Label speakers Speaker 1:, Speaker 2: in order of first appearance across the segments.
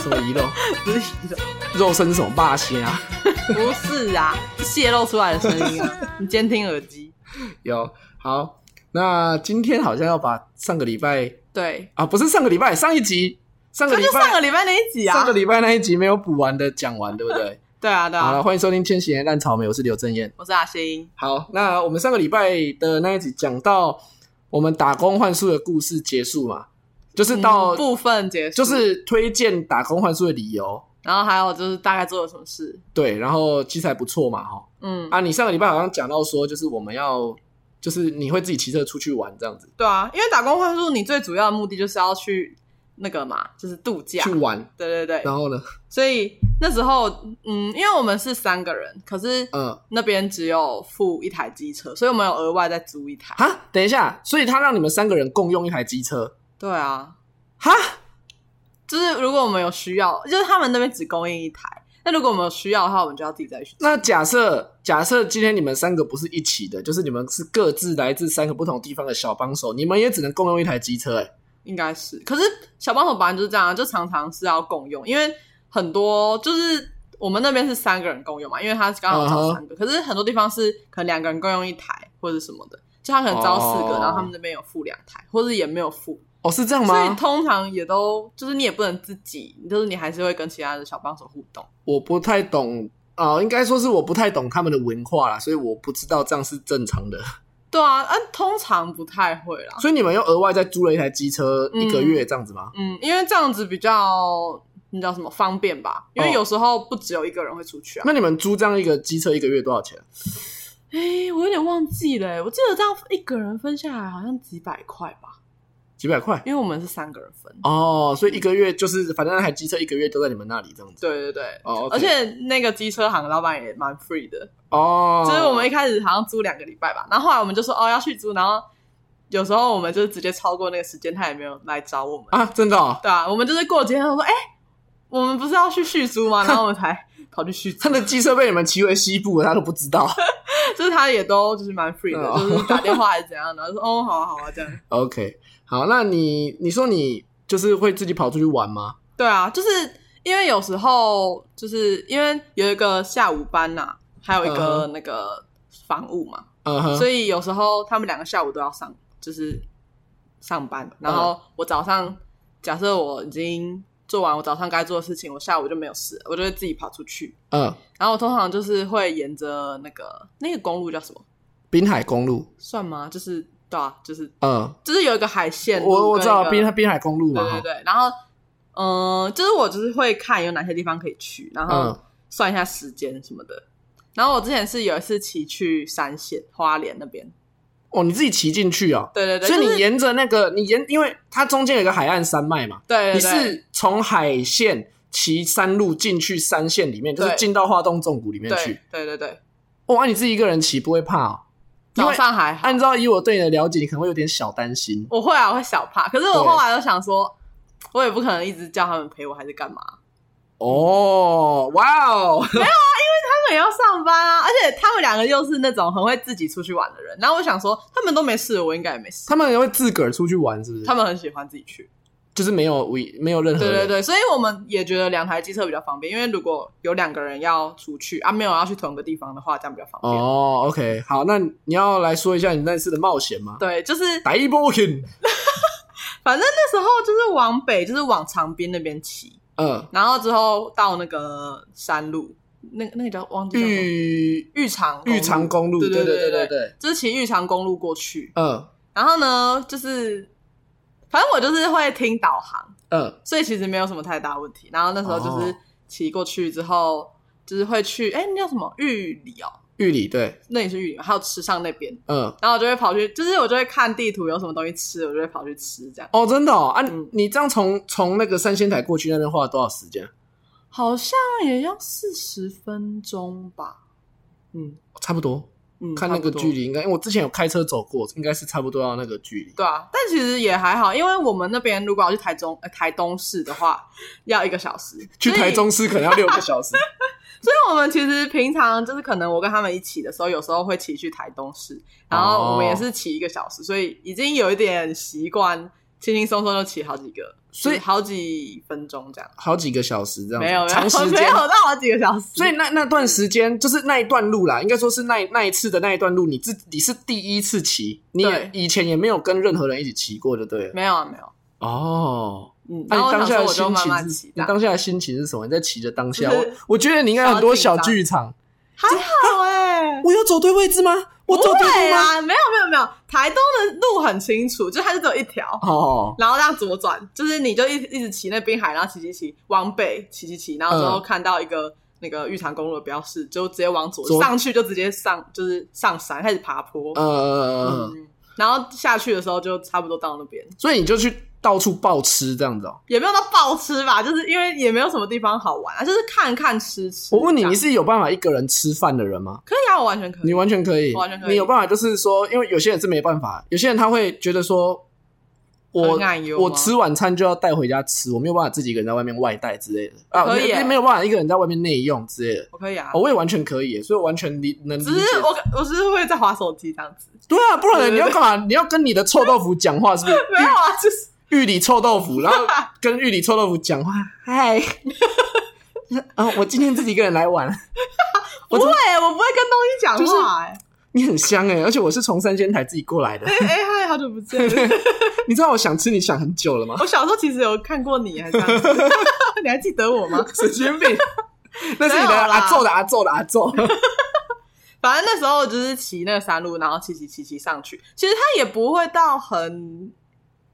Speaker 1: 什么鱼肉？
Speaker 2: 不是鱼肉，
Speaker 1: 肉身是什么霸蟹啊？
Speaker 2: 不是啊，泄露出来的声音啊！ 你监听耳机，
Speaker 1: 有好，那今天好像要把上个礼拜
Speaker 2: 对，
Speaker 1: 啊，不是上个礼拜，上一集，上个
Speaker 2: 这
Speaker 1: 礼
Speaker 2: 就上
Speaker 1: 拜
Speaker 2: 个礼拜那一集
Speaker 1: 上
Speaker 2: 啊
Speaker 1: 个。礼拜那一集没有补完的讲完，对不对？
Speaker 2: 对 啊，对
Speaker 1: 好了，
Speaker 2: 啊，
Speaker 1: 欢迎收听《千禧年烂草莓》，我是刘正燕。
Speaker 2: 我是阿星。
Speaker 1: 好，那我们上个礼拜的那一集讲到我们打工换宿的故事结束嘛，就是到、
Speaker 2: 嗯部分结束，
Speaker 1: 就是推荐打工换宿的理由，
Speaker 2: 然后还有就是大概做了什么事。
Speaker 1: 对，然后其实还不错嘛，哈。
Speaker 2: 嗯，
Speaker 1: 啊，你上个礼拜好像讲到说，就是我们要，就是你会自己骑车出去玩这样子，
Speaker 2: 对啊，因为打工换宿，你最主要的目的就是要去那个嘛，就是度假
Speaker 1: 去。啊玩，
Speaker 2: 对对对，
Speaker 1: 然后呢，
Speaker 2: 所以那时候，嗯，因为我们是三个人，可是
Speaker 1: 嗯，
Speaker 2: 那边只有付一台机车，所以我们有额外再租一台。
Speaker 1: 哈，等一下，所以他让你们三个人共用一台机车，
Speaker 2: 对啊，
Speaker 1: 哈，
Speaker 2: 就是如果我们有需要，就是他们那边只供应一台。那如果我们有需要的话，我们就要自己再去。
Speaker 1: 那假设假设今天你们三个不是一起的，就是你们是各自来自三个不同地方的小帮手，你们也只能共用一台机车、欸，
Speaker 2: 应该是，可是小帮手本来就是这样啊，就常常是要共用，因为很多就是我们那边是三个人共用嘛，因为他刚好招三
Speaker 1: 嗯
Speaker 2: 个可是很多地方是可能两个人共用一台或者什么的，就他可能招四个
Speaker 1: 哦
Speaker 2: 然后他们那边有付两台，或者也没有付，
Speaker 1: 哦，是这样
Speaker 2: 所以
Speaker 1: 吗？
Speaker 2: 通常也都就是你也不能自己，就是你还是会跟其他的小帮手互动。
Speaker 1: 我不太懂啊、应该说是我不太懂他们的文化啦，所以我不知道这样是正常的。
Speaker 2: 对啊，啊，通常不太会啦，
Speaker 1: 所以你们又额外再租了一台机车一个月这样子吗？
Speaker 2: 嗯，因为这样子比较你知道什么方便吧？因为
Speaker 1: 哦
Speaker 2: 有时候不只有一个人会出去啊。
Speaker 1: 那你们租这样一个机车一个月多少钱？啊
Speaker 2: 哎、我有点忘记了欸，我记得这样一个人分下来好像几百块吧，
Speaker 1: 几百块
Speaker 2: 因为我们是三个人分。
Speaker 1: 哦，
Speaker 2: 嗯
Speaker 1: 所以一个月就是反正那台机车一个月都在你们那里这样子。
Speaker 2: 对对对。
Speaker 1: 哦，OK，
Speaker 2: 而且那个机车行的老板也蛮 free 的，
Speaker 1: 哦，
Speaker 2: 就是我们一开始好像租两个礼拜吧，然后后来我们就说哦要去租，然后有时候我们就是直接超过那个时间，他也没有来找我们，
Speaker 1: 啊，真的、哦，
Speaker 2: 对啊，我们就是过几天他说哎、我们不是要去续租吗？然后我们才跑去 续租
Speaker 1: 他，的机车被你们骑回西部了，他都不知 道。
Speaker 2: 就是他也都就是蛮 free 的，
Speaker 1: 哦
Speaker 2: 就是打电话还是怎样，然后就说哦好啊好啊这样，
Speaker 1: OK，好，那你你说你就是会自己跑出去玩吗？
Speaker 2: 对啊，就是因为有时候就是因为有一个下午班呐、还有一个那个房务嘛，
Speaker 1: 嗯哼，
Speaker 2: 所以有时候他们两个下午都要上，就是上班。然
Speaker 1: 嗯
Speaker 2: 后我早上假设我已经做完我早上该做的事情，我下午就没有事了，我就会自己跑出去。
Speaker 1: 嗯，
Speaker 2: 然后我通常就是会沿着那个那个公路叫什么？
Speaker 1: 滨海公路，
Speaker 2: 算吗？就是对啊，就是
Speaker 1: 嗯，
Speaker 2: 就是有一个海线路
Speaker 1: 我我
Speaker 2: 跟
Speaker 1: 知道
Speaker 2: 一个
Speaker 1: 滨海滨海公路嘛，
Speaker 2: 对对对，然后嗯、呃就是我就是会看有哪些地方可以去，然后
Speaker 1: 嗯
Speaker 2: 算一下时间什么的。然后我之前是有一次骑去山县花莲那边，
Speaker 1: 哦，你自己骑进去哦，
Speaker 2: 对对对，
Speaker 1: 所以
Speaker 2: 就是
Speaker 1: 你沿着那个你沿，因为它中间有一个海岸山脉嘛，
Speaker 2: 对
Speaker 1: 你
Speaker 2: 对对
Speaker 1: 是从海线骑山路进去山线里面，就是
Speaker 2: 对
Speaker 1: 进到华东纵谷里面去
Speaker 2: 对。对对对，
Speaker 1: 哦，啊，你自己一个人骑不会怕哦？因
Speaker 2: 早
Speaker 1: 为
Speaker 2: 上还好，
Speaker 1: 按照以我对你的了解，你可能会有点小担心。
Speaker 2: 我会啊，我会小怕，可是我
Speaker 1: 对
Speaker 2: 后来都想说，我也不可能一直叫他们陪我还是干嘛，
Speaker 1: 哦，哇哦，
Speaker 2: 他们也要上班啊，而且他们两个又是那种很会自己出去玩的人，然后我想说他们都没事，我应该也没事，
Speaker 1: 他们会自个儿出去玩是不是？
Speaker 2: 他们很喜欢自己去。
Speaker 1: 就是没有为没有任何
Speaker 2: 对
Speaker 1: 人
Speaker 2: 对对，所以我们也觉得两台机车比较方便，因为如果有两个人要出去啊，没有要去同一个地方的话，这样比较方便。
Speaker 1: 哦，OK，好，那你要来说一下你那次的冒险吗？
Speaker 2: 对，就是
Speaker 1: 打一波 king，
Speaker 2: 反正那时候就是往北，就是往长滨那边骑，
Speaker 1: 嗯，
Speaker 2: 然后之后到那个山路，那那个叫忘记叫什么
Speaker 1: 玉
Speaker 2: 玉长公
Speaker 1: 嗯
Speaker 2: 路
Speaker 1: 玉长公路，
Speaker 2: 对
Speaker 1: 对
Speaker 2: 对
Speaker 1: 对对
Speaker 2: 对对
Speaker 1: 对，
Speaker 2: 就是骑玉长公路过去。
Speaker 1: 嗯
Speaker 2: 然后呢，就是反正我就是会听导航，
Speaker 1: 嗯，
Speaker 2: 所以其实没有什么太大问题。然后那时候就是
Speaker 1: 哦
Speaker 2: 骑过去之后，就是会去哎，那叫什么玉里哦。
Speaker 1: 玉里对，
Speaker 2: 那里是玉里嘛，还有池上那边，
Speaker 1: 嗯，
Speaker 2: 然后我就会跑去，就是我就会看地图有什么东西吃，我就会跑去吃，这样
Speaker 1: 哦，真的哦，啊，
Speaker 2: 嗯
Speaker 1: 你这样从从那个三仙台过去那边花了多少时间？
Speaker 2: 好像也要四十分钟吧，嗯
Speaker 1: 差不多，
Speaker 2: 嗯，
Speaker 1: 看那个距
Speaker 2: 离，
Speaker 1: 离应该，因为我之前有开车走过，应该是差不多要那个距离。
Speaker 2: 对啊，但其实也还好，因为我们那边如果要去台中、呃、台东市的话，要一个小时，
Speaker 1: 去
Speaker 2: 所以
Speaker 1: 台，中市可能要六个 小时。
Speaker 2: 所以我们其实平常就是可能我跟他们一起的时候，有时候会骑去台东市，然后我们也是骑一个小时，所以已经有一点习惯轻轻松松就骑好几个，
Speaker 1: 所以
Speaker 2: 就是好几分钟这样，
Speaker 1: 好几个小时这样子，
Speaker 2: 没有没
Speaker 1: 长
Speaker 2: 有
Speaker 1: 时
Speaker 2: 没
Speaker 1: 间
Speaker 2: 有。到好几个小时，
Speaker 1: 所以那那段时间就是那一段路啦，应该说是那那一次的那一段路，你自你是第一次骑，你也
Speaker 2: 对
Speaker 1: 以前也没有跟任何人一起骑过，就对了。
Speaker 2: 没有啊没有，
Speaker 1: 哦，
Speaker 2: 嗯，
Speaker 1: 那、
Speaker 2: 然后
Speaker 1: 你
Speaker 2: 我
Speaker 1: 当
Speaker 2: 想
Speaker 1: 下
Speaker 2: 说
Speaker 1: 的
Speaker 2: 我就
Speaker 1: 心
Speaker 2: 慢
Speaker 1: 情
Speaker 2: 慢
Speaker 1: 是？
Speaker 2: 骑这
Speaker 1: 你
Speaker 2: 样，
Speaker 1: 当下的心情是什么？你在骑的当 下，
Speaker 2: 就
Speaker 1: 我
Speaker 2: 是
Speaker 1: 我觉得你应该很多小剧场。
Speaker 2: 还好哎、
Speaker 1: 我有走对位置吗？我
Speaker 2: 不
Speaker 1: 走对
Speaker 2: 会
Speaker 1: 路吗？
Speaker 2: 啊，没有没有没有，台东的路很清楚，就它就只有一条，
Speaker 1: 哦，
Speaker 2: 然后这样左转，就是你就一一直骑那滨海，然后骑骑骑往北骑骑骑，然后之后
Speaker 1: 嗯
Speaker 2: 看到一个、那个玉长公路的标示，就直接往左
Speaker 1: 左
Speaker 2: 上去，就直接上就是上山开始爬坡，
Speaker 1: 呃，
Speaker 2: 嗯，然后下去的时候就差不多到那边，
Speaker 1: 所以你就去到处暴吃这样子哦。
Speaker 2: 也没有到暴吃吧，就是因为也没有什么地方好玩啊，就是看看吃吃。
Speaker 1: 我问你，
Speaker 2: 这样
Speaker 1: 你是有办法一个人吃饭的人吗？
Speaker 2: 可以啊，我完全啊可
Speaker 1: 你
Speaker 2: 以，
Speaker 1: 完全可以，
Speaker 2: 我完全可以
Speaker 1: 你有办法，就是说，因为有些人是没办法，有些人他会觉得说，我
Speaker 2: 很奶油吗
Speaker 1: 我吃晚餐就要带回家吃，我没有办法自己一个人在外面外带之类的啊，
Speaker 2: 可以
Speaker 1: 没
Speaker 2: 耶
Speaker 1: 没有办法一个人在外面内用之类的。
Speaker 2: 我可以啊
Speaker 1: 哦，，我也完全可以耶，所以我完全理能理解
Speaker 2: 只。是我我只是会在划手机这样子，
Speaker 1: 对啊，不然
Speaker 2: 对
Speaker 1: 你要干嘛？你要跟你的臭豆腐讲话是不是？
Speaker 2: 没有啊，就是
Speaker 1: 玉里臭豆腐， 然后跟玉里臭豆腐讲话，嗨，啊，我今天自己一个人来玩，
Speaker 2: 不
Speaker 1: 我
Speaker 2: 会
Speaker 1: 怎么，
Speaker 2: 我不会跟东西讲话、欸，
Speaker 1: 你很香哎，而且我是从三仙台自己过来的，
Speaker 2: 哎哎嗨，好久不见。
Speaker 1: 你知道我想吃你想很久 了吗？
Speaker 2: 我小时候其实有看过你，啊还这样子， 你还记得我吗？
Speaker 1: 神经 病。那是你的
Speaker 2: 没有啦
Speaker 1: 阿揍的阿揍的阿 揍，
Speaker 2: 反正那时候就是骑那个山路，然后骑骑骑骑上去。其实它也不会到很，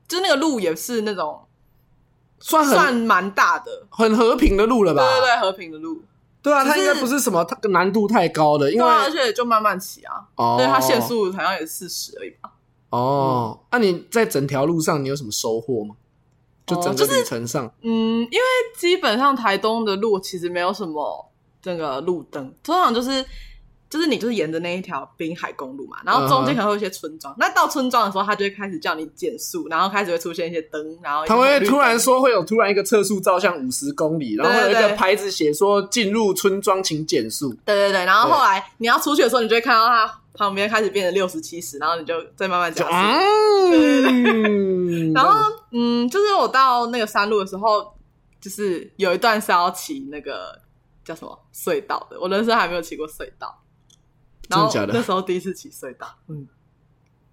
Speaker 2: 就那个路也是那种
Speaker 1: 算很
Speaker 2: 算蛮大的，
Speaker 1: 很和平的路了
Speaker 2: 对
Speaker 1: 吧？
Speaker 2: 对对，和平的路。
Speaker 1: 对啊，
Speaker 2: 只是
Speaker 1: 它应该不是什么难度太高的，因
Speaker 2: 对
Speaker 1: 为
Speaker 2: 啊，而且就慢慢骑啊。
Speaker 1: 哦，
Speaker 2: 对，它限速好像也是四十而已吧。
Speaker 1: 哦。那你在整条路上你有什么收获吗？就整个
Speaker 2: 哦就是
Speaker 1: 旅程上，
Speaker 2: 嗯，因为基本上台东的路其实没有什么那个路灯，通常就是就是你就是沿着那一条滨海公路嘛，然后中
Speaker 1: 嗯
Speaker 2: 间
Speaker 1: 哼
Speaker 2: 可能会有一些村庄。那到村庄的时候，它就会开始叫你减速，然后开始会出现一些灯，然后
Speaker 1: 他会突然
Speaker 2: 说，
Speaker 1: 说会有突然一个测速照向五十公里，然后会有一
Speaker 2: 对
Speaker 1: 个
Speaker 2: 对
Speaker 1: 牌子写说进入村庄请减速。
Speaker 2: 对对对，然后后来你要出去的时候，你就会看到它旁边开始变成六十七十，然后你就啊再慢慢
Speaker 1: 就
Speaker 2: 加速。
Speaker 1: 嗯，
Speaker 2: 然后，嗯，就是我到那个山路的时候，就是有一段是要骑那个叫什么隧道的，我人生还没有骑过隧道。
Speaker 1: 真
Speaker 2: 然
Speaker 1: 的
Speaker 2: 后
Speaker 1: 假的
Speaker 2: 那时候第一次骑隧道，嗯，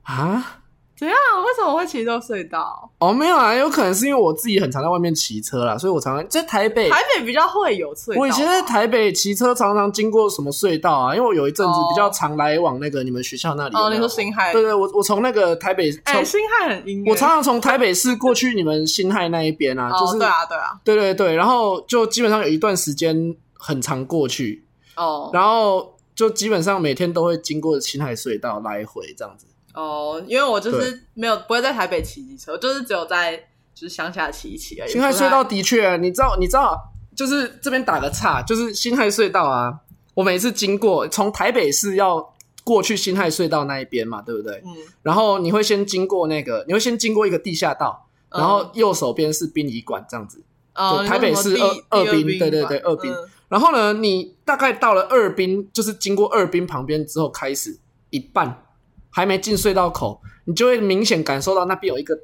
Speaker 1: 啊，
Speaker 2: 怎样？为什么会骑到隧道？
Speaker 1: 哦没有啊，有可能是因为我自己很常在外面骑车啦，所以我常常在台北
Speaker 2: 台北比较会有隧道吧。
Speaker 1: 我以前在台北骑车，常常经过什么隧道啊？因为我有一阵子
Speaker 2: 哦
Speaker 1: 比较常来往那个你们学校那里。
Speaker 2: 哦，
Speaker 1: 有没
Speaker 2: 你
Speaker 1: 有
Speaker 2: 说新海
Speaker 1: 对，对，我我从那个台北，从、
Speaker 2: 哎，新海很阴欸。
Speaker 1: 我常常从台北市过去你们新海那一边啊，就
Speaker 2: 哦，
Speaker 1: 是、
Speaker 2: 对啊，对啊，
Speaker 1: 对对对，然后就基本上有一段时间很常过去，
Speaker 2: 哦
Speaker 1: 然后就基本上每天都会经过新海隧道来回这样子。
Speaker 2: 哦，因为我就是没有不会在台北骑机车，就是只有在就是乡下骑一骑而已。
Speaker 1: 新海
Speaker 2: 不太
Speaker 1: 隧道的确，你知道，你知道，就是这边打个岔，就是新海隧道啊，我每次经过从台北市要过去新海隧道那一边嘛，对不对？
Speaker 2: 嗯，
Speaker 1: 然后你会先经过那个，你会先经过一个地下道，
Speaker 2: 嗯
Speaker 1: 然后右手边是殡仪馆这样子。
Speaker 2: 哦，
Speaker 1: 对台北市
Speaker 2: 你说什么
Speaker 1: 二
Speaker 2: 第
Speaker 1: 二
Speaker 2: 第
Speaker 1: 滨对对对
Speaker 2: 吧
Speaker 1: 二滨
Speaker 2: 嗯
Speaker 1: 然后呢，你大概到了二滨，就是经过二滨旁边之后，开始一半还没进隧道口，你就会明显感受到那边有一个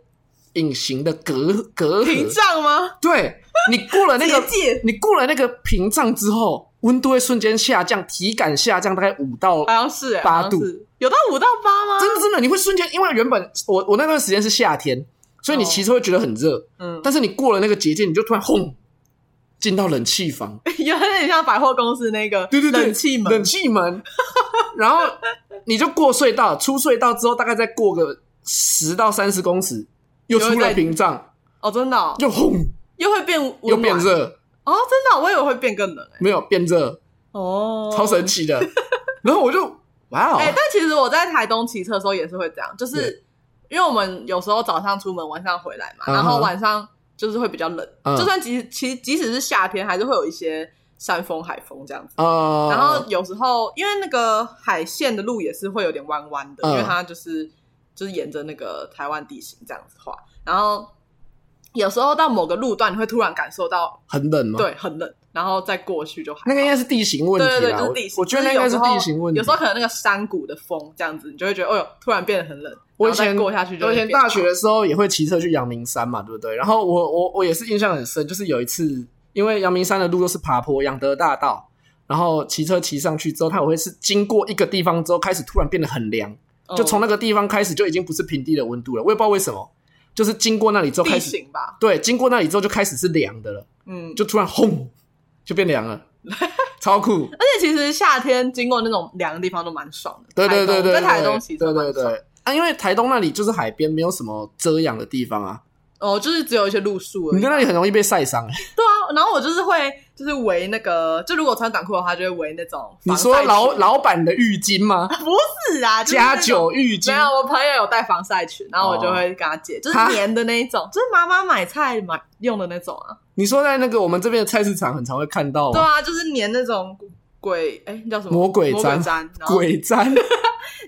Speaker 1: 隐形的隔隔
Speaker 2: 屏
Speaker 1: 阂。
Speaker 2: 障吗？
Speaker 1: 对你过了那个
Speaker 2: 结界
Speaker 1: 你过了那个屏障之后，温度会瞬间下降，体感下降大概五到
Speaker 2: 好像是欸
Speaker 1: 八
Speaker 2: 好像
Speaker 1: 度
Speaker 2: 是有到五到八吗？
Speaker 1: 真的真的，你会瞬间，因为原本我我那段时间是夏天，所以你
Speaker 2: 哦
Speaker 1: 骑车会觉得很热，
Speaker 2: 嗯，
Speaker 1: 但是你过了那个结界，你就突然轰进到冷气房，
Speaker 2: 有点像百货公司那个
Speaker 1: 对对对，
Speaker 2: 冷气门
Speaker 1: 冷气门， 然后你就过隧道，出隧道之后大概再过个十到三十公尺，又
Speaker 2: 又
Speaker 1: 出了
Speaker 2: 会再
Speaker 1: 屏障，
Speaker 2: 哦，真的哦
Speaker 1: 又轰
Speaker 2: 又会变温
Speaker 1: 又变
Speaker 2: 暖
Speaker 1: 热，
Speaker 2: 哦，真的哦，我以为会变更冷哎
Speaker 1: 没有变热，
Speaker 2: 哦，
Speaker 1: 超神奇 的。然后我就哇哦
Speaker 2: 哎，，但其实我在台东骑车的时候也是会这样，就是
Speaker 1: 对因
Speaker 2: 因为我们有时候早上出门，晚上回来嘛，
Speaker 1: 嗯哼
Speaker 2: 然后晚上就是会比较冷，
Speaker 1: 嗯
Speaker 2: 就算即其即使是夏天，还是会有一些山风海风这样子。
Speaker 1: 呃，
Speaker 2: 然后有时候因为那个海线的路也是会有点弯弯的，
Speaker 1: 嗯
Speaker 2: 因为它就是就是沿着那个台湾地形这样子画。然后有时候到某个路段，你会突然感受到
Speaker 1: 很冷吗？
Speaker 2: 对很冷，然后再过去就还好
Speaker 1: 嗯那个应该是地形问题啦，
Speaker 2: 对对对，就是
Speaker 1: 我
Speaker 2: 地形。
Speaker 1: 我觉得那
Speaker 2: 就
Speaker 1: 应该
Speaker 2: 有
Speaker 1: 是
Speaker 2: 时候
Speaker 1: 地形问题。
Speaker 2: 哦有时候可能那个山谷的风这样子，你就会觉得，哎呦，突然变得很冷。
Speaker 1: 我以前
Speaker 2: 然后再过下去就
Speaker 1: 我
Speaker 2: 会
Speaker 1: 以前
Speaker 2: 变
Speaker 1: 大学的时候也会骑车去阳明山嘛，对不对？然后我我我也是印象很深，就是有一次，因为阳明山的路都是爬坡，养德大道，然后骑车骑上去之后，它我会是经过一个地方之后，开始突然变得很凉，就从
Speaker 2: 那
Speaker 1: 那个地方开始就已经不是平地的温度了，我也不知道为什么，就是经过那里之后开
Speaker 2: 嗯地
Speaker 1: 始，
Speaker 2: 形吧，
Speaker 1: 对，经过那里之后就开始是凉的了，
Speaker 2: 嗯，
Speaker 1: 就突然轰就变凉了，超 酷。
Speaker 2: 而且其实夏天经过那种凉的地方都蛮爽的。
Speaker 1: 对对对
Speaker 2: 台东
Speaker 1: 对，
Speaker 2: 在台
Speaker 1: 对
Speaker 2: 东骑车
Speaker 1: 对对
Speaker 2: 蛮爽
Speaker 1: 对啊，因为台东那里就是海边，没有什么遮阳的地方啊，
Speaker 2: 哦，就是只有一些路数而
Speaker 1: 你
Speaker 2: 已。
Speaker 1: 在那里很容易被晒伤、欸。
Speaker 2: 对啊，然后我就是会就是围那个，就如果穿短裤的话，就会围那种
Speaker 1: 你
Speaker 2: 防晒
Speaker 1: 说老
Speaker 2: 裙
Speaker 1: 老板的浴巾 吗？
Speaker 2: 是啊，就是那
Speaker 1: 加
Speaker 2: 种
Speaker 1: 酒哦浴巾
Speaker 2: 没有，我朋友有带防晒裙，然后我就会跟他借，就是
Speaker 1: 他
Speaker 2: 棉的那一种，就是妈妈买菜买用的那种啊。
Speaker 1: 你说在那个我们这边的菜市场很常会看到
Speaker 2: 对
Speaker 1: 吗？
Speaker 2: 啊，就是粘那种鬼哎、叫什么
Speaker 1: 魔鬼毡
Speaker 2: 魔鬼毡，然后
Speaker 1: 鬼 毡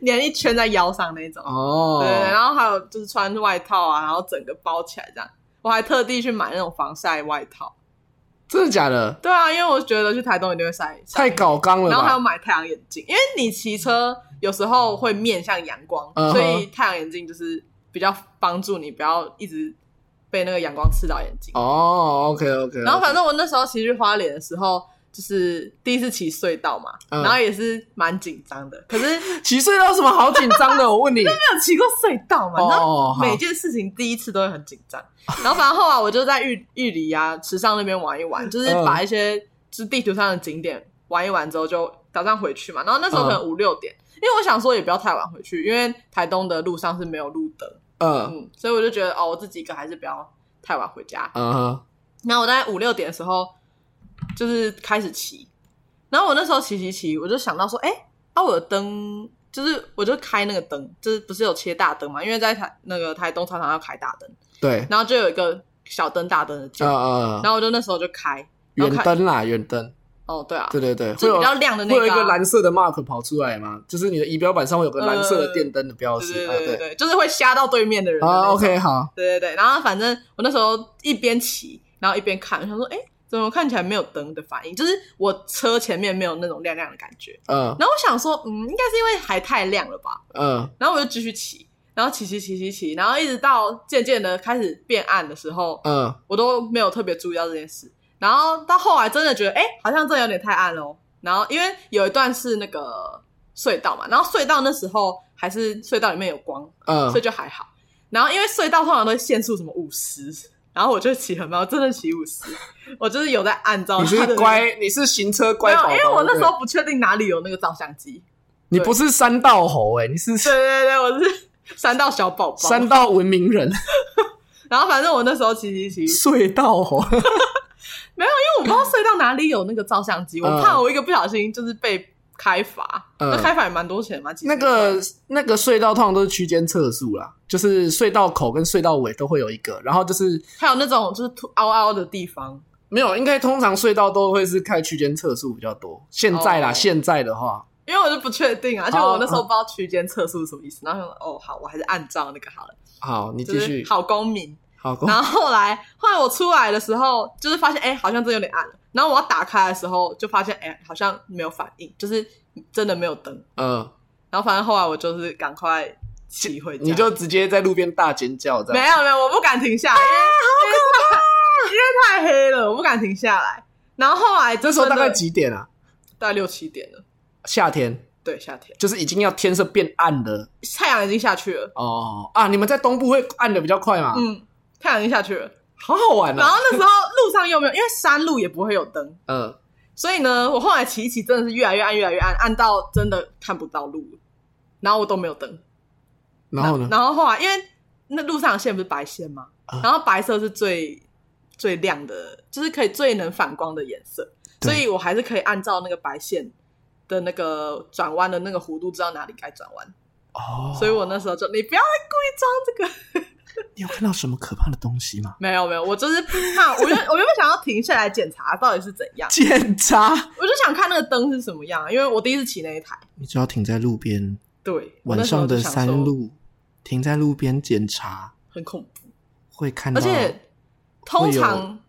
Speaker 2: 粘一圈在腰上那种。
Speaker 1: 哦
Speaker 2: 对，，然后还有就是穿外套啊，然后整个包起来这样。我还特地去买那种防晒外套。
Speaker 1: 真的假的？
Speaker 2: 对啊，因为我觉得去台东一定会晒晒
Speaker 1: 太搞纲了
Speaker 2: 然后还有
Speaker 1: 吧？
Speaker 2: 买太阳眼镜，因为你骑车有时候会面向阳光
Speaker 1: 嗯哼
Speaker 2: 所以太阳眼镜就是比较帮助你不要一直被那个阳光刺到眼睛。
Speaker 1: 哦，OK OK，
Speaker 2: 然后反正我那时候骑去花莲的时候，就是第一次骑隧道嘛，
Speaker 1: 嗯
Speaker 2: 然后也是蛮紧张的。可是没
Speaker 1: 骑隧道有什么好紧张的？我 问你，
Speaker 2: 有骑过隧道嘛，然后
Speaker 1: 哦，好
Speaker 2: 每件事情第一次都会很紧张。然后反正后来我就在玉玉里啊、池上那边玩一玩，就是
Speaker 1: 嗯
Speaker 2: 把一些就是地图上的景点玩一玩之后，就打算回去嘛。然后那时
Speaker 1: 嗯
Speaker 2: 候可能五六点，因为我想说也不要太晚回去，因为台东的路上是没有路灯，
Speaker 1: 嗯
Speaker 2: 嗯，所以我就觉得哦，我自己一个还是不要太晚回家。
Speaker 1: 嗯哼，
Speaker 2: 然后我大概五六点的时候就是开始骑，然后我那时候骑骑骑，我就想到说，哎、啊我的灯。就是，我就开那个灯，就是不是有切大灯嘛？因为在台那个台东常常要开大灯，
Speaker 1: 对，
Speaker 2: 然后就有一个小灯大灯的键，
Speaker 1: 嗯嗯，嗯
Speaker 2: 然后我就那时候就开，然
Speaker 1: 远
Speaker 2: 后看
Speaker 1: 灯啦，远灯，
Speaker 2: 哦对啊，
Speaker 1: 对对对，会
Speaker 2: 就
Speaker 1: 有
Speaker 2: 比较亮的那
Speaker 1: 会有一
Speaker 2: 啊
Speaker 1: 个蓝色的 mark 跑出来嘛，就是你的仪表板上会有个蓝色的电灯的标
Speaker 2: 对
Speaker 1: 识
Speaker 2: 呃对
Speaker 1: 啊，
Speaker 2: 对对对，就是会吓到对面的人的那
Speaker 1: 啊
Speaker 2: 种
Speaker 1: ，OK，好，
Speaker 2: 对对对，然后反正我那时候一边骑，然后一边看，我想说，哎，怎么看起来没有灯的反应？就是我车前面没有那种亮亮的感觉。
Speaker 1: 嗯
Speaker 2: 然后我想说，嗯，应该是因为还太亮了吧。
Speaker 1: 嗯
Speaker 2: 然后我就继续骑，然后骑骑骑骑骑，然后一直到渐渐的开始变暗的时候，
Speaker 1: 嗯，
Speaker 2: 我都没有特别注意到这件事。然后到后来真的觉得，哎、好像真的有点太暗了哦。然后因为有一段是那个隧道嘛，然后隧道那时候还是隧道里面有光，
Speaker 1: 嗯
Speaker 2: 所以就还好。然后因为隧道通常都会限速什么五十，然后我就骑很慢，我真的骑五十，我就是有在按照
Speaker 1: 你
Speaker 2: 它
Speaker 1: 是
Speaker 2: 的
Speaker 1: 乖，你是行车
Speaker 2: 没
Speaker 1: 乖宝
Speaker 2: 有，
Speaker 1: 宝，
Speaker 2: 因为我那时
Speaker 1: 对
Speaker 2: 候不确定哪里有那个照相机。
Speaker 1: 你不是山道猴哎，你是
Speaker 2: 对对对，我是山道小宝宝。
Speaker 1: 山道文明人，
Speaker 2: 然后反正我那时候骑骑 骑，
Speaker 1: 隧道猴，
Speaker 2: 我不知道隧道哪里有那个照相机，我怕我一个不小心就是被开罚，
Speaker 1: 嗯
Speaker 2: 那、开罚也蛮多钱嘛。其实
Speaker 1: 那个那个隧道通常都是区间测速啦，就是隧道口跟隧道尾都会有一个，然后就是
Speaker 2: 还有那种就是凸凹凹的地方，
Speaker 1: 没有，应该通常隧道都会是开区间测速比较多，现在啦，
Speaker 2: 哦
Speaker 1: 现在的话，
Speaker 2: 因为我就不确定啊，而且我那时
Speaker 1: 哦
Speaker 2: 候不知道区间测速是什么意思，然后想说哦好，我还是按照那个好了，
Speaker 1: 好，你
Speaker 2: 就
Speaker 1: 继
Speaker 2: 是
Speaker 1: 续，
Speaker 2: 好公民。
Speaker 1: 好，
Speaker 2: 然后后来后来我出来的时候，就是发现哎、好像真的有点暗了，然后我要打开的时候就发现哎、好像没有反应，就是真的没有灯。
Speaker 1: 嗯。
Speaker 2: 然后反正后来我就是赶快骑回家，
Speaker 1: 你就直啊接在路边大尖叫这样。
Speaker 2: 没有没有，我不敢停下来，因为、因为太因为太黑了，我不敢停下来。然后后来
Speaker 1: 这
Speaker 2: 这
Speaker 1: 时候大概几点啊？
Speaker 2: 大概六七点了，
Speaker 1: 夏天，
Speaker 2: 对，夏天
Speaker 1: 就是已经要天色变暗了
Speaker 2: 太阳已经下去了，
Speaker 1: 哦啊！你们在东部会暗的比较快嘛？，
Speaker 2: 嗯，太阳已经下去了。
Speaker 1: 好好玩
Speaker 2: 然
Speaker 1: 啊。
Speaker 2: 后那时候路上又没有，因为山路也不会有灯，
Speaker 1: 嗯，
Speaker 2: 所以呢，我后来骑一骑真的是越来越暗，越来越暗，暗到真的看不到路了然后我都没有灯，
Speaker 1: 然后呢？
Speaker 2: 然后后来因为那路上的线不是白线吗
Speaker 1: 啊？
Speaker 2: 然后白色是最最亮的，就是可以最能反光的颜色，
Speaker 1: 对
Speaker 2: 所以我还是可以按照那个白线的那个转弯的那个弧度，知道哪里该转弯。
Speaker 1: 哦，
Speaker 2: 所以我那时候就，你不要再故意装这个，
Speaker 1: 你有看到什么可怕的东西吗？
Speaker 2: 没有没有，我就是怕，我原我原本想要停下来检查到底是怎样，
Speaker 1: 检查，
Speaker 2: 我就想看那个灯是什么样，因为我第一次骑那一台，
Speaker 1: 你只要停在路边，
Speaker 2: 对，我
Speaker 1: 晚
Speaker 2: 那时候
Speaker 1: 上的
Speaker 2: 就想
Speaker 1: 山
Speaker 2: 说
Speaker 1: 路，停在路边检查，
Speaker 2: 很恐怖，
Speaker 1: 会看到
Speaker 2: 而且通
Speaker 1: 哦会
Speaker 2: 常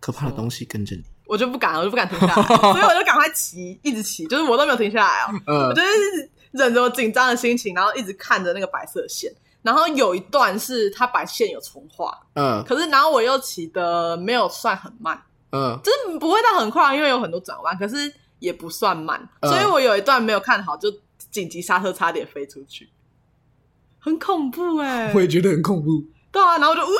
Speaker 1: 可怕的东西跟着你。
Speaker 2: 我就不敢，我就不敢停下来，所以我就赶快骑，一直骑，就是我都没有停下来哦，
Speaker 1: 嗯
Speaker 2: 我就是忍着我紧张的心情，然后一直看着那个白色的线，然后有一段是它把线有重画，
Speaker 1: 嗯
Speaker 2: 可是然后我又骑的没有算很慢，
Speaker 1: 嗯
Speaker 2: 就是不会到很快，啊因为有很多转弯，可是也不算慢，
Speaker 1: 嗯
Speaker 2: 所以我有一段没有看好，就紧急刹车，差点飞出去，很恐怖哎、
Speaker 1: 我也觉得很恐怖。
Speaker 2: 对啊，然后我就呜，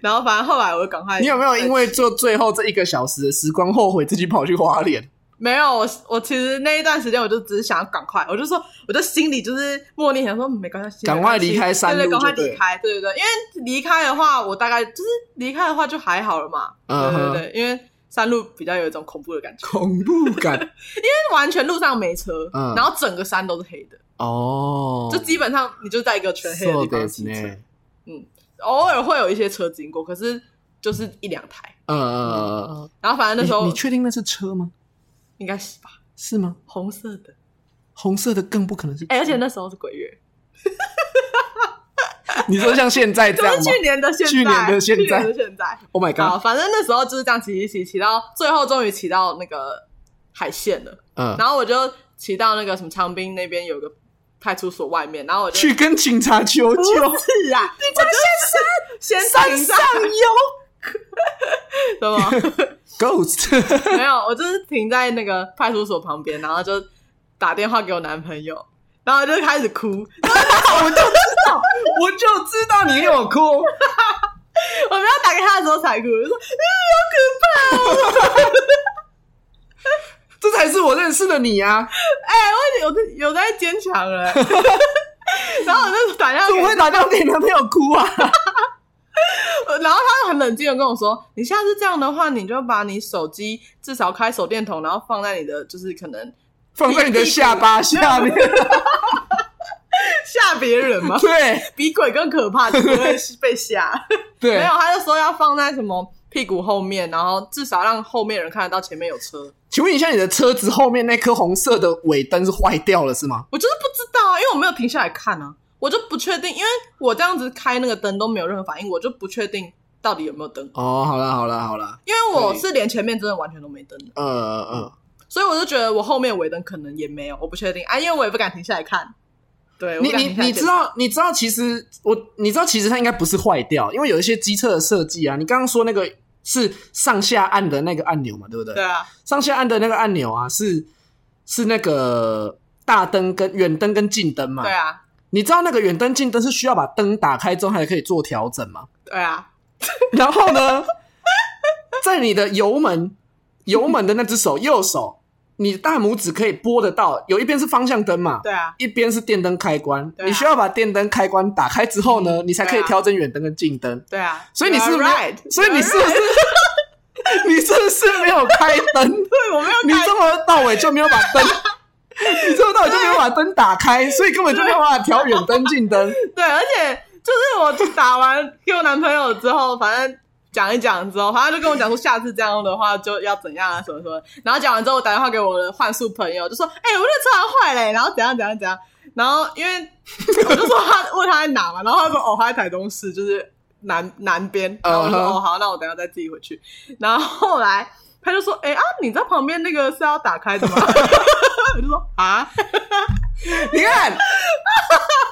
Speaker 2: 然后反正后来我就赶快，
Speaker 1: 你有没有因为做最后这一个小时的时光后悔自己跑去花莲？
Speaker 2: 没有，我我其实那一段时间我就只是想要赶快，我就说，我就心里就是默念想说，嗯没关系，
Speaker 1: 赶快离开山
Speaker 2: 对
Speaker 1: 路
Speaker 2: 对，
Speaker 1: 就
Speaker 2: 赶快
Speaker 1: 对
Speaker 2: 离开，对对对，因为离开的话，我大概就是离开的话就还好了嘛，
Speaker 1: 嗯哼
Speaker 2: 对对对，因为山路比较有一种恐怖的感觉，
Speaker 1: 恐怖 感
Speaker 2: 因为完全路上没车，
Speaker 1: 嗯
Speaker 2: 然后整个山都是黑的，
Speaker 1: 哦，
Speaker 2: 就基本上你就在一个全黑的地方
Speaker 1: そう
Speaker 2: 骑
Speaker 1: で
Speaker 2: 车
Speaker 1: す，ね
Speaker 2: 偶尔会有一些车经过，可是就是一两台，
Speaker 1: 嗯嗯嗯嗯
Speaker 2: 然后反正
Speaker 1: 嗯，
Speaker 2: 那时
Speaker 1: 你
Speaker 2: 候
Speaker 1: 你确定那是车吗？
Speaker 2: 应该是吧，
Speaker 1: 是吗？
Speaker 2: 红色的，
Speaker 1: 红色的更不可能是车，
Speaker 2: 哎、而且那时候是鬼月。
Speaker 1: 你说像现在这
Speaker 2: 就
Speaker 1: 样
Speaker 2: 是
Speaker 1: 吗
Speaker 2: 去年的现在，
Speaker 1: 去年的现在
Speaker 2: 去年的现在。
Speaker 1: ？Oh my
Speaker 2: 好，
Speaker 1: god！
Speaker 2: 反正那时候就是这样骑骑骑，骑到最后终于骑到那个海线了。
Speaker 1: 嗯，
Speaker 2: 然后我就骑到那个什么长滨那边有个派出所外面，然后我就
Speaker 1: 去跟警察求
Speaker 2: 不
Speaker 1: 救，
Speaker 2: 是啊，你这先山先
Speaker 1: 山
Speaker 2: 停
Speaker 1: 上
Speaker 2: 上，
Speaker 1: 有
Speaker 2: 什么
Speaker 1: ghost，
Speaker 2: 没有？我就是停在那个派出所旁边，然后就打电话给我男朋友，然后就开始哭，
Speaker 1: 我就知道，我就知道你有哭，
Speaker 2: 我没有打给他的时候才哭，我就说哎
Speaker 1: 这才是我认识的你啊！
Speaker 2: 哎、我有在有在坚强了、 然后我就打电话
Speaker 1: 怎
Speaker 2: 给
Speaker 1: 么会打电话给男朋友哭啊？
Speaker 2: 然后他很冷静的跟我说：“你下次这样的话，你就把你手机至少开手电筒，然后放在你的就是可能
Speaker 1: 放在你的下巴下面，
Speaker 2: 吓别人 嘛，
Speaker 1: 对
Speaker 2: 比鬼更可怕，就不会被吓。没
Speaker 1: 对
Speaker 2: 有，。他就说要放在什么屁股后面，然后至少让后面人看得到前面有车。
Speaker 1: 请问一下，你的车子后面那颗红色的尾灯是坏掉了是吗？
Speaker 2: 我就是不知道啊，因为我没有停下来看啊，我就不确定，因为我这样子开那个灯都没有任何反应，我就不确定到底有没有灯，
Speaker 1: 哦，好啦好啦好啦，
Speaker 2: 因为我是连前面真的完全都没灯的。”
Speaker 1: 呃呃，
Speaker 2: 所以我就觉得我后面尾灯可能也没有，我不确定啊，因为我也不敢停下来看。对，我
Speaker 1: 你
Speaker 2: 不敢
Speaker 1: 你
Speaker 2: 停下来
Speaker 1: 你知道你知道，其实我你知道，其实它应该不是坏掉，因为有一些机车的设计啊，你刚刚说那个是上下按的那个按钮嘛，对不对？
Speaker 2: 检查？对啊，
Speaker 1: 上下按的那个按钮啊，是是那个大灯跟远灯跟近灯嘛？
Speaker 2: 对啊，
Speaker 1: 你知道那个远灯近灯是需要把灯打开之后还可以做调整吗？
Speaker 2: 对啊，
Speaker 1: 然后呢， 在你的油门油门的那只手右手，你大拇指可以拨得到，有一边是方向灯嘛，
Speaker 2: 对啊，
Speaker 1: 一边是电灯开关。
Speaker 2: 对啊
Speaker 1: 你需要把电灯开关打开之后呢，你才可以
Speaker 2: 对啊
Speaker 1: 调整远灯跟近灯。
Speaker 2: 对啊。
Speaker 1: 所以你是不
Speaker 2: You
Speaker 1: 是
Speaker 2: are right，
Speaker 1: 所以你
Speaker 2: You are
Speaker 1: 是不
Speaker 2: right
Speaker 1: 是 你是不是没有开灯？
Speaker 2: 对我没有
Speaker 1: 你
Speaker 2: 看
Speaker 1: 这么到尾就没有把灯， 你这么到尾就没有把灯打开，所以根本就没有办法调远灯近 灯。
Speaker 2: 对，而且就是我打完给我男朋友之后，反正。讲一讲之后，反正就跟我讲说，下次这样的话就要怎样啊，什么什么。然后讲完之后，我打电话给我的幻术朋友，就说：“哎、我的车好像坏嘞、然后怎样怎样怎样。然后因为 我就说他问他在哪嘛，然后他说：“哦，他在台东市，就是南南边。”然后我就说：“
Speaker 1: Uh-huh.
Speaker 2: 哦，好，那我等一下再自己回去。”然后后来他就说：“哎、啊，你在旁边那个是要打开的吗？” 我就说：“啊，
Speaker 1: 你看，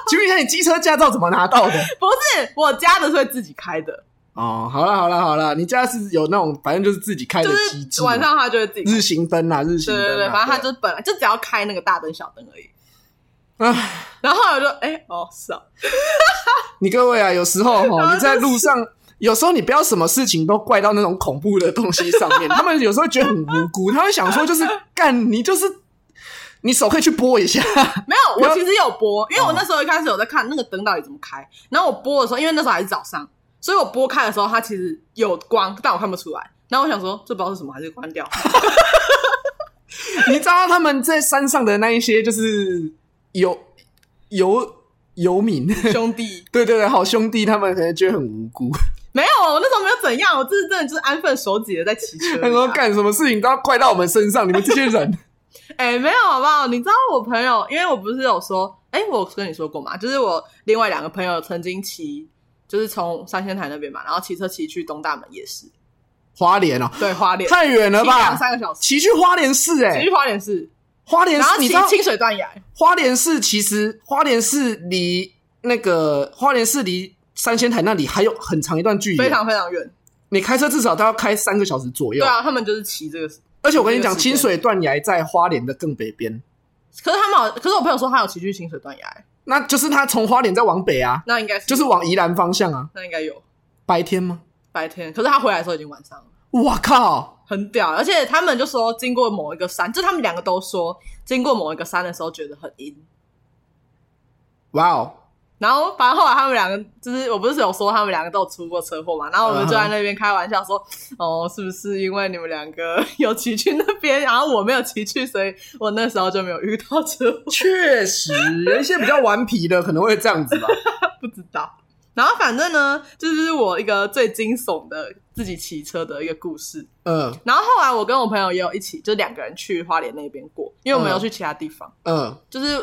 Speaker 1: 请问一下，你机车驾照怎么拿到的？
Speaker 2: 不是，我家的是会自己开的。”
Speaker 1: 哦，好啦好啦好啦，你家是有那种，反正就是自己开的机
Speaker 2: 就
Speaker 1: 制
Speaker 2: 是
Speaker 1: 嘛，
Speaker 2: 晚上他就会自己开。
Speaker 1: 日行灯啊，日行
Speaker 2: 对
Speaker 1: 灯、啊，
Speaker 2: 对对，反正他
Speaker 1: 对
Speaker 2: 就本来就只要开那个大灯小灯而已。
Speaker 1: 唉，
Speaker 2: 然后后来我就哎、哦是啊，
Speaker 1: 你各位啊，有时候 哈，你在路上，有时候你不要什么事情都怪到那种恐怖的东西上 面，他们有时候觉得很无辜，他们想说就是干你就是你手可以去拨一下，
Speaker 2: 没有，我其实有播，因为我那时候一开始有在看那个灯到底怎么开。然后我播的时候，因为那时候还是早上，所以我播开的时候它其实有光，但我看不出来。然后我想说这不知道是什么，还是 关掉。
Speaker 1: 你知道他们在山上的那一些就是游游游民，
Speaker 2: 兄弟，
Speaker 1: 对对对，好兄弟，他们可能觉得很无辜，
Speaker 2: 没有，我那时候没有怎样，我这是真的就是安分守己的在 骑车而已啊。
Speaker 1: 他说干什么事情都要怪到我们身上，你们这些人，
Speaker 2: 哎、没有好不好？你知道我朋友，因为我不是有说，哎、我有跟你说过嘛，就是我另外两个朋友曾经骑，就是从三仙台那边嘛，然后骑车骑去东大门夜市，
Speaker 1: 花莲哦，
Speaker 2: 对，花莲，
Speaker 1: 太远了
Speaker 2: 骑两
Speaker 1: 吧？
Speaker 2: 三个小时，
Speaker 1: 骑去花莲市哎、
Speaker 2: 骑去花莲市，
Speaker 1: 花莲
Speaker 2: 然后
Speaker 1: 市你
Speaker 2: 骑
Speaker 1: 知道
Speaker 2: 清水断崖，
Speaker 1: 花莲市其实花莲市离那个花莲市离三仙台那里还有很长一段距离，
Speaker 2: 非常非常远。
Speaker 1: 你开车至少都要开三个小时左右。
Speaker 2: 对啊，他们就是骑这个，
Speaker 1: 而且我跟你讲，
Speaker 2: 这个时间
Speaker 1: 清水断崖在花莲的更北边，
Speaker 2: 可是他们好，可是我朋友说他有骑去清水断崖、欸
Speaker 1: 那就是它从花莲再往北啊，
Speaker 2: 那应该是
Speaker 1: 就是往宜兰方向啊。
Speaker 2: 那应该有
Speaker 1: 白天吗？
Speaker 2: 白天，可是他回来的时候已经晚上了。
Speaker 1: 哇靠！
Speaker 2: 很屌，而且他们就说经过某一个山，就他们两个都说经过某一个山的时候觉得很阴，
Speaker 1: 哇哦！
Speaker 2: 然后反正后来他们两个就是我不是有说他们两个都有出过车祸嘛，然后我们就在那边开玩笑说哦，是不是因为你们两个有骑去那边，然后我没有骑去，所以我那时候就没有遇到车 祸，
Speaker 1: 确实，有一些比较顽皮的可能会这样子吧。
Speaker 2: 不知道。然后反正呢，这就是我一个最惊悚的自己骑车的一个故事。
Speaker 1: 嗯
Speaker 2: 然后后来我跟我朋友也有一起，就两个人去花莲那边过，因为我们
Speaker 1: 嗯
Speaker 2: 有去其他地方。
Speaker 1: 嗯
Speaker 2: 就是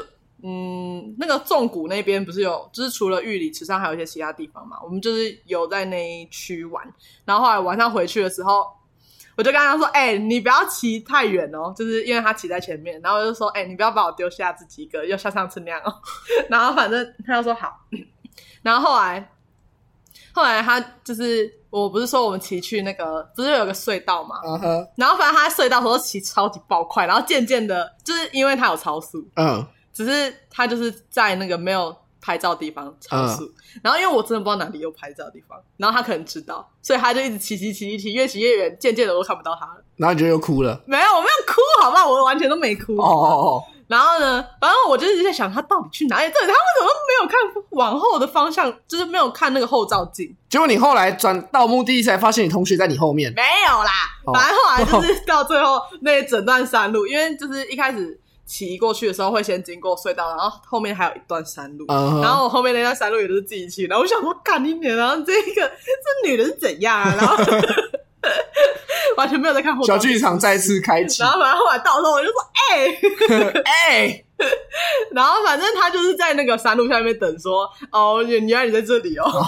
Speaker 2: 嗯，那个纵谷那边不是有，就是除了玉里、池上，还有一些其他地方嘛。我们就是有在那一区玩，然后后来晚上回去的时候，我就跟他说：“哎、你不要骑太远哦，就是因为他骑在前面。”然后我就说：“哎、你不要把我丢下自己一个，要像上次那样哦。”然后反正他就说好， 然后后来后来他就是。我不是说我们骑去那个，不是有个隧道吗？
Speaker 1: 嗯哼
Speaker 2: 然后反正他在隧道的时候骑超级爆快，然后渐渐的，就是因为他有超速，
Speaker 1: 嗯
Speaker 2: 只是他就是在那个没有拍照的地方超速，
Speaker 1: 嗯
Speaker 2: 然后因为我真的不知道哪里有拍照的地方，然后他可能知道，所以他就一直骑骑骑骑骑，越骑越远，渐渐的我都看不到他了。
Speaker 1: 然后你就又哭了。
Speaker 2: 没有，我没有哭，好不好？我完全都没哭。
Speaker 1: 哦哦
Speaker 2: 然后呢，反正我就一直在想他到底去哪里？对，他为什么没有看往后的方向，就是没有看那个后照镜？
Speaker 1: 哦！结果你后来转到目的地才发现你同学在你后面。
Speaker 2: 没有啦，
Speaker 1: 哦
Speaker 2: 反正后来就是到最后那一整段山路，因为就是一开始骑过去的时候会先经过隧道，然后后面还有一段山路，
Speaker 1: 嗯哼
Speaker 2: 然后我后面那段山路也都是自己骑，然后我想说，干你娘！然后这个这女的是怎样啊？然后完全没有在看后照
Speaker 1: 小
Speaker 2: 镜
Speaker 1: 剧场再次开启
Speaker 2: 然。后反正后来到时候我就说，哎、
Speaker 1: 哎，
Speaker 2: 然后反正他就是在那个山路下面等说，哦，原原来你在这里哦，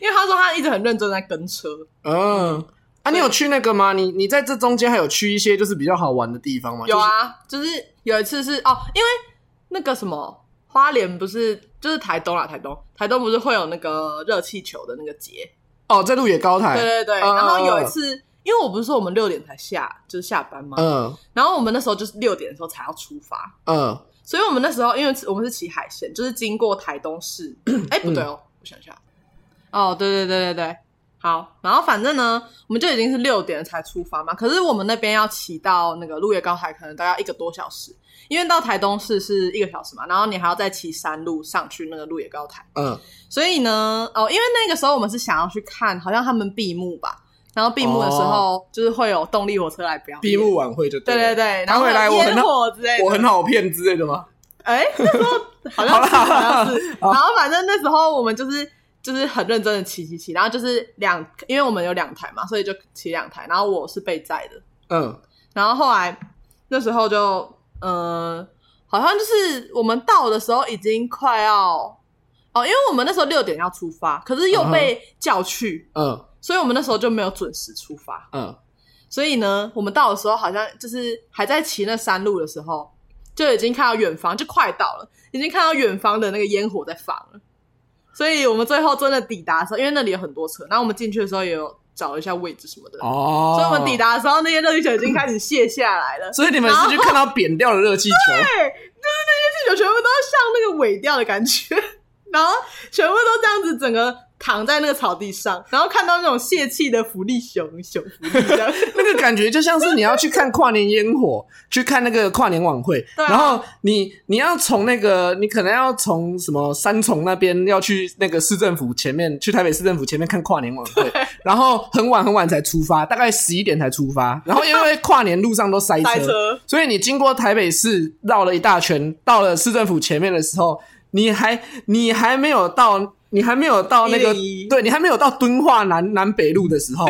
Speaker 2: 因为他说他一直很认真在跟车，
Speaker 1: 嗯。啊，你有去那个吗？你你在这中间还有去一些就是比较好玩的地方吗？
Speaker 2: 有啊，就是有一次是哦，因为那个什么花莲不是就是台东啦，台东台东不是会有那个热气球的那个节？
Speaker 1: 就是，哦，在鹿野高台。
Speaker 2: 对对对。
Speaker 1: 嗯
Speaker 2: 然后有一次，因为我不是说我们六点才下就是下班嘛，
Speaker 1: 嗯
Speaker 2: 然后我们那时候就是六点的时候才要出发，
Speaker 1: 嗯
Speaker 2: 所以我们那时候因为我们是骑海线，就是经过台东市，哎、不对哦，我想一下，哦，对对对对对。好，然后反正呢，我们就已经是六点才出发嘛。可是我们那边要骑到那个鹿野高台，可能大概一个多小时，因为到台东市是一个小时嘛，然后你还要再骑山路上去那个鹿野高台。
Speaker 1: 嗯，
Speaker 2: 所以呢，哦，因为那个时候我们是想要去看，好像他们闭幕吧，然后闭幕的时候就是会有动力火车来表演。
Speaker 1: 哦闭幕晚会就
Speaker 2: 对对
Speaker 1: 了。
Speaker 2: 对，然
Speaker 1: 他
Speaker 2: 后
Speaker 1: 会来我很
Speaker 2: 烟火之类的，
Speaker 1: 我很好骗之类的吗？
Speaker 2: 哎，那时候好像是
Speaker 1: 好啦
Speaker 2: 好像是，然后反正那时候我们就是就是很认真的骑骑骑，然后就是两，因为我们有两台嘛，所以就骑两台，然后我是被载的，
Speaker 1: 嗯
Speaker 2: 然后后来那时候就呃，好像就是我们到的时候已经快要哦，因为我们那时候六点要出发，可是又被叫去，
Speaker 1: 嗯
Speaker 2: 所以我们那时候就没有准时出发，
Speaker 1: 嗯
Speaker 2: 所以呢，我们到的时候好像就是还在骑那山路的时候，就已经看到远方，就快到了，已经看到远方的那个烟火在放了。所以我们最后真的抵达的时候，因为那里有很多车，然后我们进去的时候也有找一下位置什么的，
Speaker 1: 哦。
Speaker 2: 所以我们抵达的时候，那些热气球已经开始卸下来了，
Speaker 1: 所以你们是去看到扁掉的热气球，
Speaker 2: 对，就是那些气球全部都像那个尾调的感觉，然后全部都这样子，整个躺在那个草地上，然后看到那种泄气的福利熊熊福利这样。
Speaker 1: 那个感觉就像是你要去看跨年烟火，去看那个跨年晚会，
Speaker 2: 对啊
Speaker 1: 然后你你要从那个你可能要从什么三重那边要去那个市政府前面，去台北市政府前面看跨年晚会，然后很晚很晚才出发，大概十一点才出发，然后因为跨年路上都塞
Speaker 2: 塞车
Speaker 1: 所以你经过台北市绕了一大圈，到了市政府前面的时候，你还你还没有到，你还没有到那个，
Speaker 2: 101
Speaker 1: 对你还没有到敦化南南北路的时 候，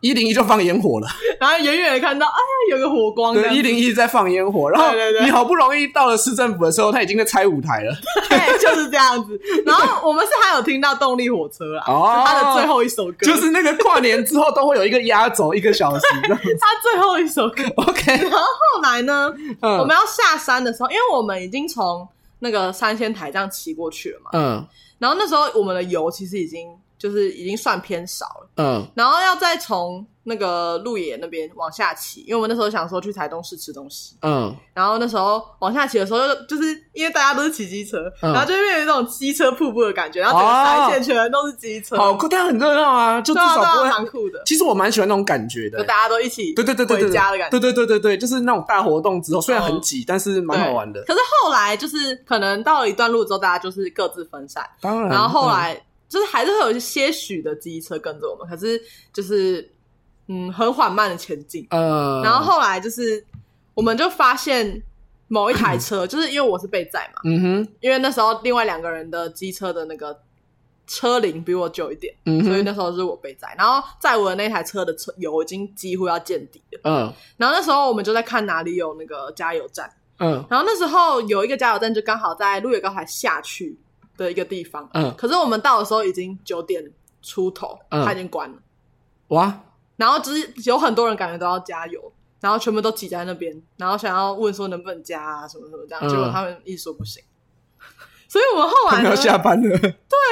Speaker 1: 一零一就放烟火了，
Speaker 2: 然后远远的看到，哎，有个火光这样
Speaker 1: 对，
Speaker 2: 子，
Speaker 1: 一零一在放烟火，然后
Speaker 2: 对对对
Speaker 1: 你好不容易到了市政府的时候，他已经在拆舞台 了，
Speaker 2: 对，就是这样子。然后我们是还有听到动力火车啦，
Speaker 1: 哦
Speaker 2: 是他的最后一首歌，
Speaker 1: 就是那个跨年之后都会有一个压轴一个小 时这样子
Speaker 2: 他最后一首歌。
Speaker 1: ，OK，
Speaker 2: 然后后来呢，
Speaker 1: 嗯
Speaker 2: 我们要下山的时候，因为我们已经从那个三仙台这样骑过去了嘛。
Speaker 1: 嗯
Speaker 2: 然后那时候我们的油其实已经就是已经算偏少了，
Speaker 1: 嗯
Speaker 2: 然后要再从那个鹿野那边往下骑，因为我们那时候想说去台东市吃东西，
Speaker 1: 嗯
Speaker 2: 然后那时候往下骑的时候就，就是因为大家都是骑机车，
Speaker 1: 嗯
Speaker 2: 然后就会有一种机车瀑布的感觉，然后整个
Speaker 1: 哦
Speaker 2: 三线全都是机车，
Speaker 1: 好酷，但很热闹啊，就至
Speaker 2: 对啊，
Speaker 1: 少不
Speaker 2: 对啊
Speaker 1: 会。
Speaker 2: 蛮酷的，
Speaker 1: 其实我蛮喜欢那种感觉的
Speaker 2: 就，大家都一起
Speaker 1: 对对对对对，
Speaker 2: 回家的感觉，
Speaker 1: 对对对对对，就是那种大活动之后，虽然很挤，但是蛮好玩的
Speaker 2: 对。可是后来就是可能到了一段路之后，大家就是各自分散，
Speaker 1: 当然，
Speaker 2: 然后后来
Speaker 1: 嗯
Speaker 2: 就是还是会有一些许的机车跟着我们，可是就是嗯很缓慢的前进。
Speaker 1: 嗯，呃，
Speaker 2: 然后后来就是我们就发现某一台 车，就是因为我是被载嘛，
Speaker 1: 嗯哼，
Speaker 2: 因为那时候另外两个人的机车的那个车龄比我久一点，
Speaker 1: 嗯
Speaker 2: 所以
Speaker 1: 哼，
Speaker 2: 那时候是我被载。然后载我的那台车的车油已经几乎要见底了。
Speaker 1: 嗯
Speaker 2: 然后那时候我们就在看哪里有那个加油站，
Speaker 1: 嗯
Speaker 2: 然后那时候有一个加油站就刚好在鹿野高台下去的一个地方，
Speaker 1: 嗯，
Speaker 2: 可是我们到的时候已经九点出头，
Speaker 1: 嗯
Speaker 2: 它已经关了。
Speaker 1: 哇，
Speaker 2: 然后只是有很多人感觉都要加油，然后全部都挤在那边，然后想要问说能不能加啊什么什么这样，
Speaker 1: 嗯
Speaker 2: 结果他们一直说不行。 所以我们后
Speaker 1: 他
Speaker 2: 来
Speaker 1: 们
Speaker 2: 呢
Speaker 1: 要下班了，
Speaker 2: 对，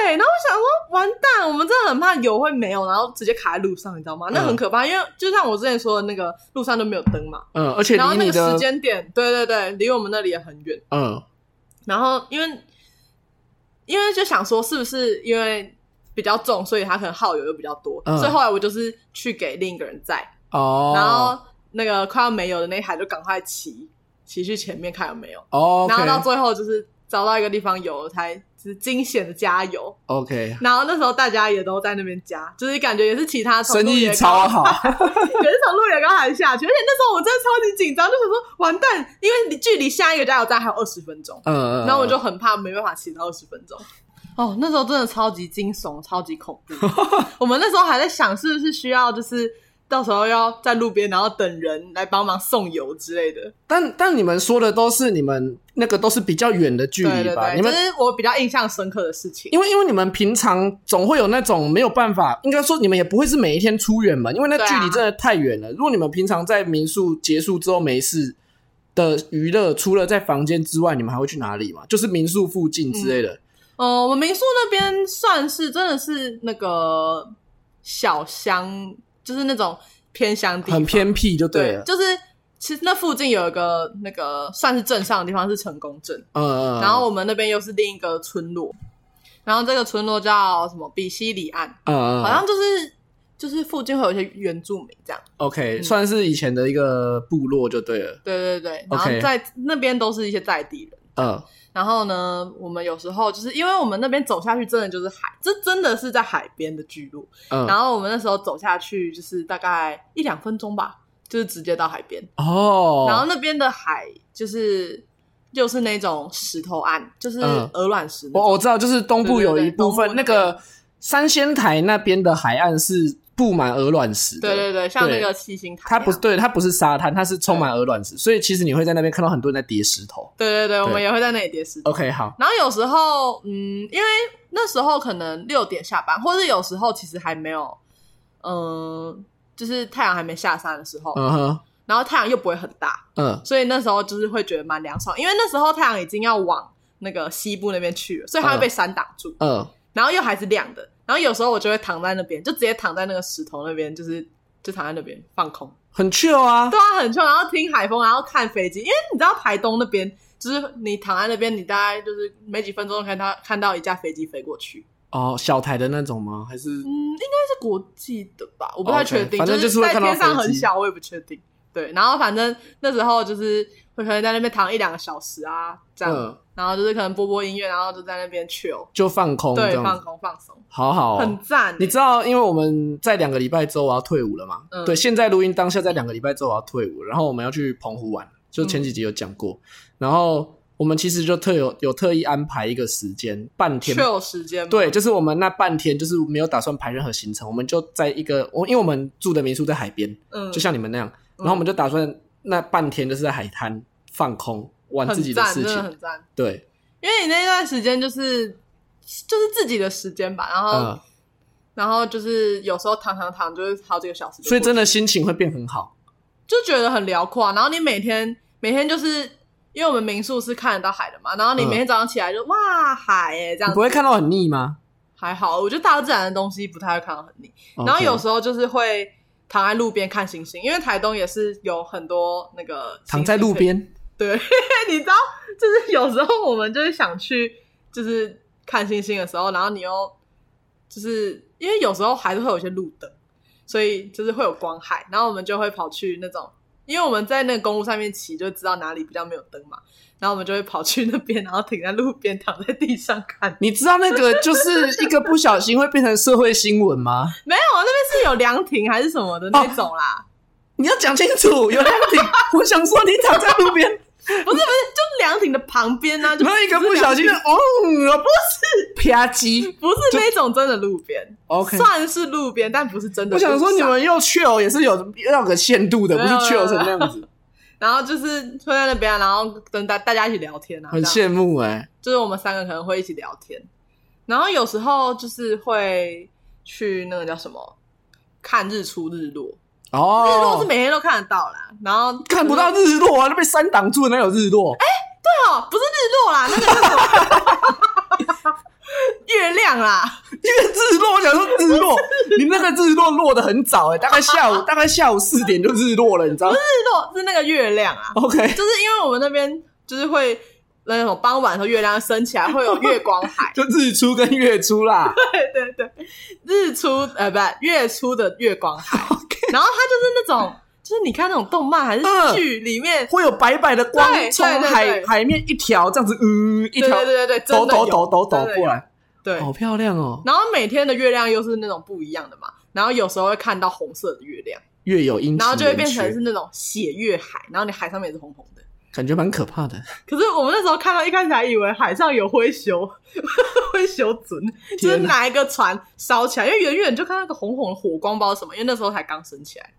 Speaker 2: 然后我想说完蛋，我们真的很怕油会没有，然后直接卡在路上，你知道吗？
Speaker 1: 嗯
Speaker 2: 那很可怕，因为就像我之前说的那个路上都没有灯嘛，
Speaker 1: 嗯，而且
Speaker 2: 然后
Speaker 1: 离
Speaker 2: 那
Speaker 1: 你
Speaker 2: 个时
Speaker 1: 的，
Speaker 2: 间点，对对对，离我们那里也很远。
Speaker 1: 嗯
Speaker 2: 然后因为因为就想说是不是因为比较重，所以他可能耗油又比较多，
Speaker 1: 嗯
Speaker 2: 所以后来我就是去给另一个人载，
Speaker 1: 哦，
Speaker 2: 然后那个快要没油的那一台就赶快骑骑去前面看有没有，
Speaker 1: 哦
Speaker 2: 然后到最后就是找到一个地方有才就是惊险的加油，
Speaker 1: OK，
Speaker 2: 然后那时候大家也都在那边加，就是感觉也是其他从
Speaker 1: 生
Speaker 2: 路
Speaker 1: 意啊
Speaker 2: 野
Speaker 1: 超
Speaker 2: 高
Speaker 1: 好，
Speaker 2: 可是从路远高台下去，而且那时候我真的超级紧张，就想说完蛋，因为离距离下一个加油站还有二十分钟，
Speaker 1: 嗯嗯，
Speaker 2: 然后我就很怕没办法骑到二十分钟。呃哦，那时候真的超级惊悚，超级恐怖。 我们那时候还在想，是不是需要就是到时候要在路边，然后等人来帮忙送油之类的。
Speaker 1: 但但你们说的都是你们那个都是比较远的距
Speaker 2: 对
Speaker 1: 离
Speaker 2: 对
Speaker 1: 吧？
Speaker 2: 对，
Speaker 1: 你们
Speaker 2: 这是我比较印象深刻的事情。
Speaker 1: 因为因为你们平常总会有那种没有办法，应该说你们也不会是每一天出远门，因为那
Speaker 2: 对啊
Speaker 1: 距离真的太远了。如果你们平常在民宿结束之后没事的娱乐，除了在房间之外，你们还会去哪里嘛？就是民宿附近之类的。
Speaker 2: 呃，我们民宿那边算是真的是那个小乡，就是那种偏啊乡地方，
Speaker 1: 很偏僻就对了，
Speaker 2: 就是其实那附近有一个那个算是镇上的地方是成功镇，
Speaker 1: 嗯嗯，嗯
Speaker 2: 然后我们那边又是另一个村落，然后这个村落叫什么比西里岸，
Speaker 1: 嗯嗯，
Speaker 2: 好像就是就是附近会有一些原住民这样，
Speaker 1: OK，、
Speaker 2: 嗯
Speaker 1: 算是以前的一个部落就对了，
Speaker 2: 对对对，然后
Speaker 1: OK
Speaker 2: 在那边都是一些在地人。
Speaker 1: 嗯
Speaker 2: 然后呢，我们有时候就是因为我们那边走下去真的就是海，这真的是在海边的聚落。
Speaker 1: 嗯，
Speaker 2: 然后我们那时候走下去就是大概一两分钟吧，就是直接到海边。
Speaker 1: 哦，
Speaker 2: 然后那边的海就是又是那种石头岸，就是
Speaker 1: 嗯
Speaker 2: 鹅卵石那种。
Speaker 1: 我我知道，就是东部
Speaker 2: 对对
Speaker 1: 有
Speaker 2: 对
Speaker 1: 一部分
Speaker 2: 东部
Speaker 1: 那
Speaker 2: 那边
Speaker 1: 个三仙台那边的海岸是布满鹅卵石的，
Speaker 2: 对对对，像那
Speaker 1: 对
Speaker 2: 个七星台一
Speaker 1: 它
Speaker 2: 样，
Speaker 1: 不对，它不是沙滩，它是充
Speaker 2: 嗯
Speaker 1: 满鹅卵石，所以其实你会在那边看到很多人在叠石头。
Speaker 2: 对对对，我
Speaker 1: 对
Speaker 2: 们也会在那里叠石头。
Speaker 1: OK，好，
Speaker 2: 然后有时候，嗯，因为那时候可能六点下班，或是有时候其实还没有，嗯、就是太阳还没下山的时候，
Speaker 1: 嗯哼，
Speaker 2: 然后太阳又不会很大，
Speaker 1: 嗯
Speaker 2: 所以那时候就是会觉得蛮凉爽，因为那时候太阳已经要往那个西部那边去了，所以它会被山挡住，
Speaker 1: 嗯，
Speaker 2: 然后又还是亮的。然后有时候我就会躺在那边，就直接躺在那个石头那边，就是就躺在那边放空。
Speaker 1: 很 chill 啊，
Speaker 2: 对啊，很臭，然后听海风，然后看飞机，因为你知道台东那边，就是你躺在那边，你大概就是没几分钟看到看到一架飞机飞过去，
Speaker 1: 哦，小台的那种吗？还是
Speaker 2: 嗯，应该是国际的吧，我不太确
Speaker 1: OK，
Speaker 2: 定
Speaker 1: 反正
Speaker 2: 就
Speaker 1: 就是会
Speaker 2: 在
Speaker 1: 看到
Speaker 2: 天上
Speaker 1: 飞
Speaker 2: 很
Speaker 1: 机
Speaker 2: 小，我也不确定。对，然后反正那时候就是会可能在那边躺一两个小时啊，这样，
Speaker 1: 嗯，
Speaker 2: 然后就是可能播播音乐，然后就在那边 chill，
Speaker 1: 就放空这
Speaker 2: 对，
Speaker 1: 样
Speaker 2: 放
Speaker 1: 子，
Speaker 2: 空放松，
Speaker 1: 好好哦、
Speaker 2: 很赞欸、
Speaker 1: 你知道，因为我们在两个礼拜之后我要退伍了嘛？
Speaker 2: 嗯
Speaker 1: 对，现在录音当下在两个礼拜之后我要退伍，然后我们要去澎湖玩，就
Speaker 2: 嗯
Speaker 1: 前几集有讲过。然后我们其实就特有有特意安排一个时间，半天
Speaker 2: chill 时间吗
Speaker 1: 对，就是我们那半天就是没有打算排任何行程，我们就在一个我因为我们住的民宿在海边，
Speaker 2: 嗯，
Speaker 1: 就像你们那样，然后我们就打算那半天就是在海滩放空玩自己
Speaker 2: 嗯很
Speaker 1: 的
Speaker 2: 赞，
Speaker 1: 事
Speaker 2: 真的
Speaker 1: 情，
Speaker 2: 很赞，
Speaker 1: 对，
Speaker 2: 因为你那段时间就是就是自己的时间吧，然后。
Speaker 1: 嗯，
Speaker 2: 然后就是有时候躺躺躺，就是好几个小时就过去，
Speaker 1: 所以真的心情会变很好，
Speaker 2: 就觉得很辽阔啊、然后你每天每天就是因为我们民宿是看得到海的嘛，然后你每天早上起来就、哇海哎、
Speaker 1: 嗯你
Speaker 2: 这样
Speaker 1: 不
Speaker 2: 子
Speaker 1: 会看到很腻吗？
Speaker 2: 还好，我觉得大自然的东西不太会看到很腻。然后有时候就是会躺在路边看星星，因为台东也是有很多那个星星
Speaker 1: 躺在路
Speaker 2: 可以。
Speaker 1: 边，
Speaker 2: 对，你知道，就是有时候我们就是想去，就是看星星的时候，然后你又就是因为有时候还是会有一些路灯，所以就是会有光害，然后我们就会跑去那种。因为我们在那个公路上面骑，就知道哪里比较没有灯嘛，然后我们就会跑去那边，然后停在路边，躺在地上看。
Speaker 1: 你知道那个就是一个不小心会变成社会新闻吗？
Speaker 2: 没有，啊那边是有凉亭还是什么的那种啦。
Speaker 1: 哦你要讲清楚，有两点， 我想说你躺在路边，
Speaker 2: 不是不是，就凉亭的旁边呢、啊，就
Speaker 1: 然后一个不小心，
Speaker 2: 就
Speaker 1: 哦，不是啪叽。
Speaker 2: 不是那种真的路边
Speaker 1: OK，
Speaker 2: 算是路边，但不是真的
Speaker 1: 我
Speaker 2: 路上。
Speaker 1: 想说你们又 chill 也是有要有个限度的，不
Speaker 2: 没
Speaker 1: 是
Speaker 2: 有
Speaker 1: chill 成那样子，
Speaker 2: 然后就是会在那边啊、然后跟大大家一起聊天啊，
Speaker 1: 很
Speaker 2: 这样
Speaker 1: 羡慕哎。
Speaker 2: 就是我们三个可能会一起聊天，然后有时候就是会去那个叫什么看日出日落，日落
Speaker 1: 哦
Speaker 2: 是，每天都看得到啦，然后就是
Speaker 1: 看不到日落啊，那被山挡住的那有日落。
Speaker 2: 哦，不是日落啦，那个叫什么 月亮啦，
Speaker 1: 因为日落，我想说日 落，你那个日落落的很早哎，大概下午大概下午四点就日落了，你知 道
Speaker 2: 日落是那个月亮啊，
Speaker 1: ？OK，，
Speaker 2: 就是因为我们那边就是会那种傍晚的时候月亮升起来会有月光海
Speaker 1: 就日出跟月出啦。
Speaker 2: 对对对，日出呃不月出的月光海， 然后它就是那种就是你看那种动漫还是
Speaker 1: 嗯
Speaker 2: 剧里 面，
Speaker 1: 会有白白的光
Speaker 2: 对对
Speaker 1: 从
Speaker 2: 对
Speaker 1: 海
Speaker 2: 对
Speaker 1: 海面一条这样子，嗯， 一
Speaker 2: 对
Speaker 1: 条
Speaker 2: 对对对，
Speaker 1: 抖
Speaker 2: 真的
Speaker 1: 抖
Speaker 2: 有
Speaker 1: 抖抖抖
Speaker 2: 真的有
Speaker 1: 过来，
Speaker 2: 对，
Speaker 1: 好漂亮哦！
Speaker 2: 然后每天的月亮又是那种不一样的嘛，然后有时候会看到红色的月亮，
Speaker 1: 月有阴晴圆缺，
Speaker 2: 然后就会变成是那种血月海，然后你海上面也是红红的。
Speaker 1: 感觉蛮可怕的。
Speaker 2: 可是我们那时候看到一开始还以为海上有灰熊， 灰熊准，就是
Speaker 1: 天哪
Speaker 2: 哪一个船烧起来，因为远远就看到那个红红的火光，不知道什么，因为那时候才刚升起来，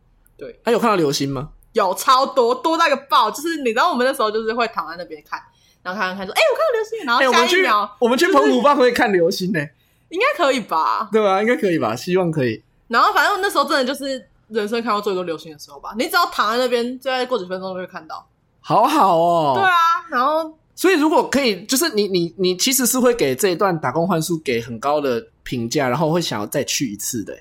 Speaker 1: 还、有看到流星吗？
Speaker 2: 有超多多到一个爆，就是你知道我们那时候就是会躺在那边看，然后看看看说，哎、我看到流星，然
Speaker 1: 哎、我
Speaker 2: 后
Speaker 1: 们
Speaker 2: 下一
Speaker 1: 去
Speaker 2: 秒、
Speaker 1: 我们去澎湖吧可以看流星呢、
Speaker 2: 应该可以吧，
Speaker 1: 对吧、应该可以吧？希望可以。
Speaker 2: 然后反正那时候真的就是人生看到最多流星的时候吧，你只要躺在那边，就在过几分钟就会看到，
Speaker 1: 好好哦，
Speaker 2: 对啊，然后
Speaker 1: 所以如果可以，就是你你你其实是会给这一段打工换宿给很高的评价，然后会想要再去一次的、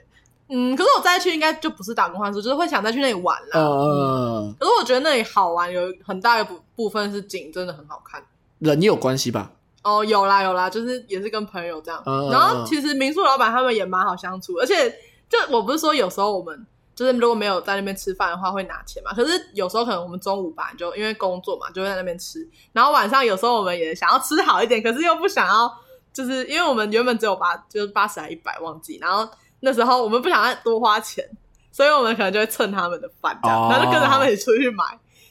Speaker 2: 嗯，可是我再去应该就不是打工换宿，就是会想再去那里玩啦。
Speaker 1: 呃，
Speaker 2: 可是我觉得那里好玩，有很大一部部分是景真的很好看。
Speaker 1: 人也有关系吧？
Speaker 2: 哦，有啦有啦，就是也是跟朋友这样。
Speaker 1: 嗯
Speaker 2: 然后其实民宿老板他们也蛮好相处，而且就我不是说有时候我们就是如果没有在那边吃饭的话会拿钱嘛，可是有时候可能我们中午吧就因为工作嘛就会在那边吃，然后晚上有时候我们也想要吃好一点，可是又不想要，就是因为我们原本只有八就是八十还一百忘记，然后那时候我们不想再多花钱，所以我们可能就会蹭他们的饭这样，
Speaker 1: 哦
Speaker 2: 然后就跟着他们一起出去买。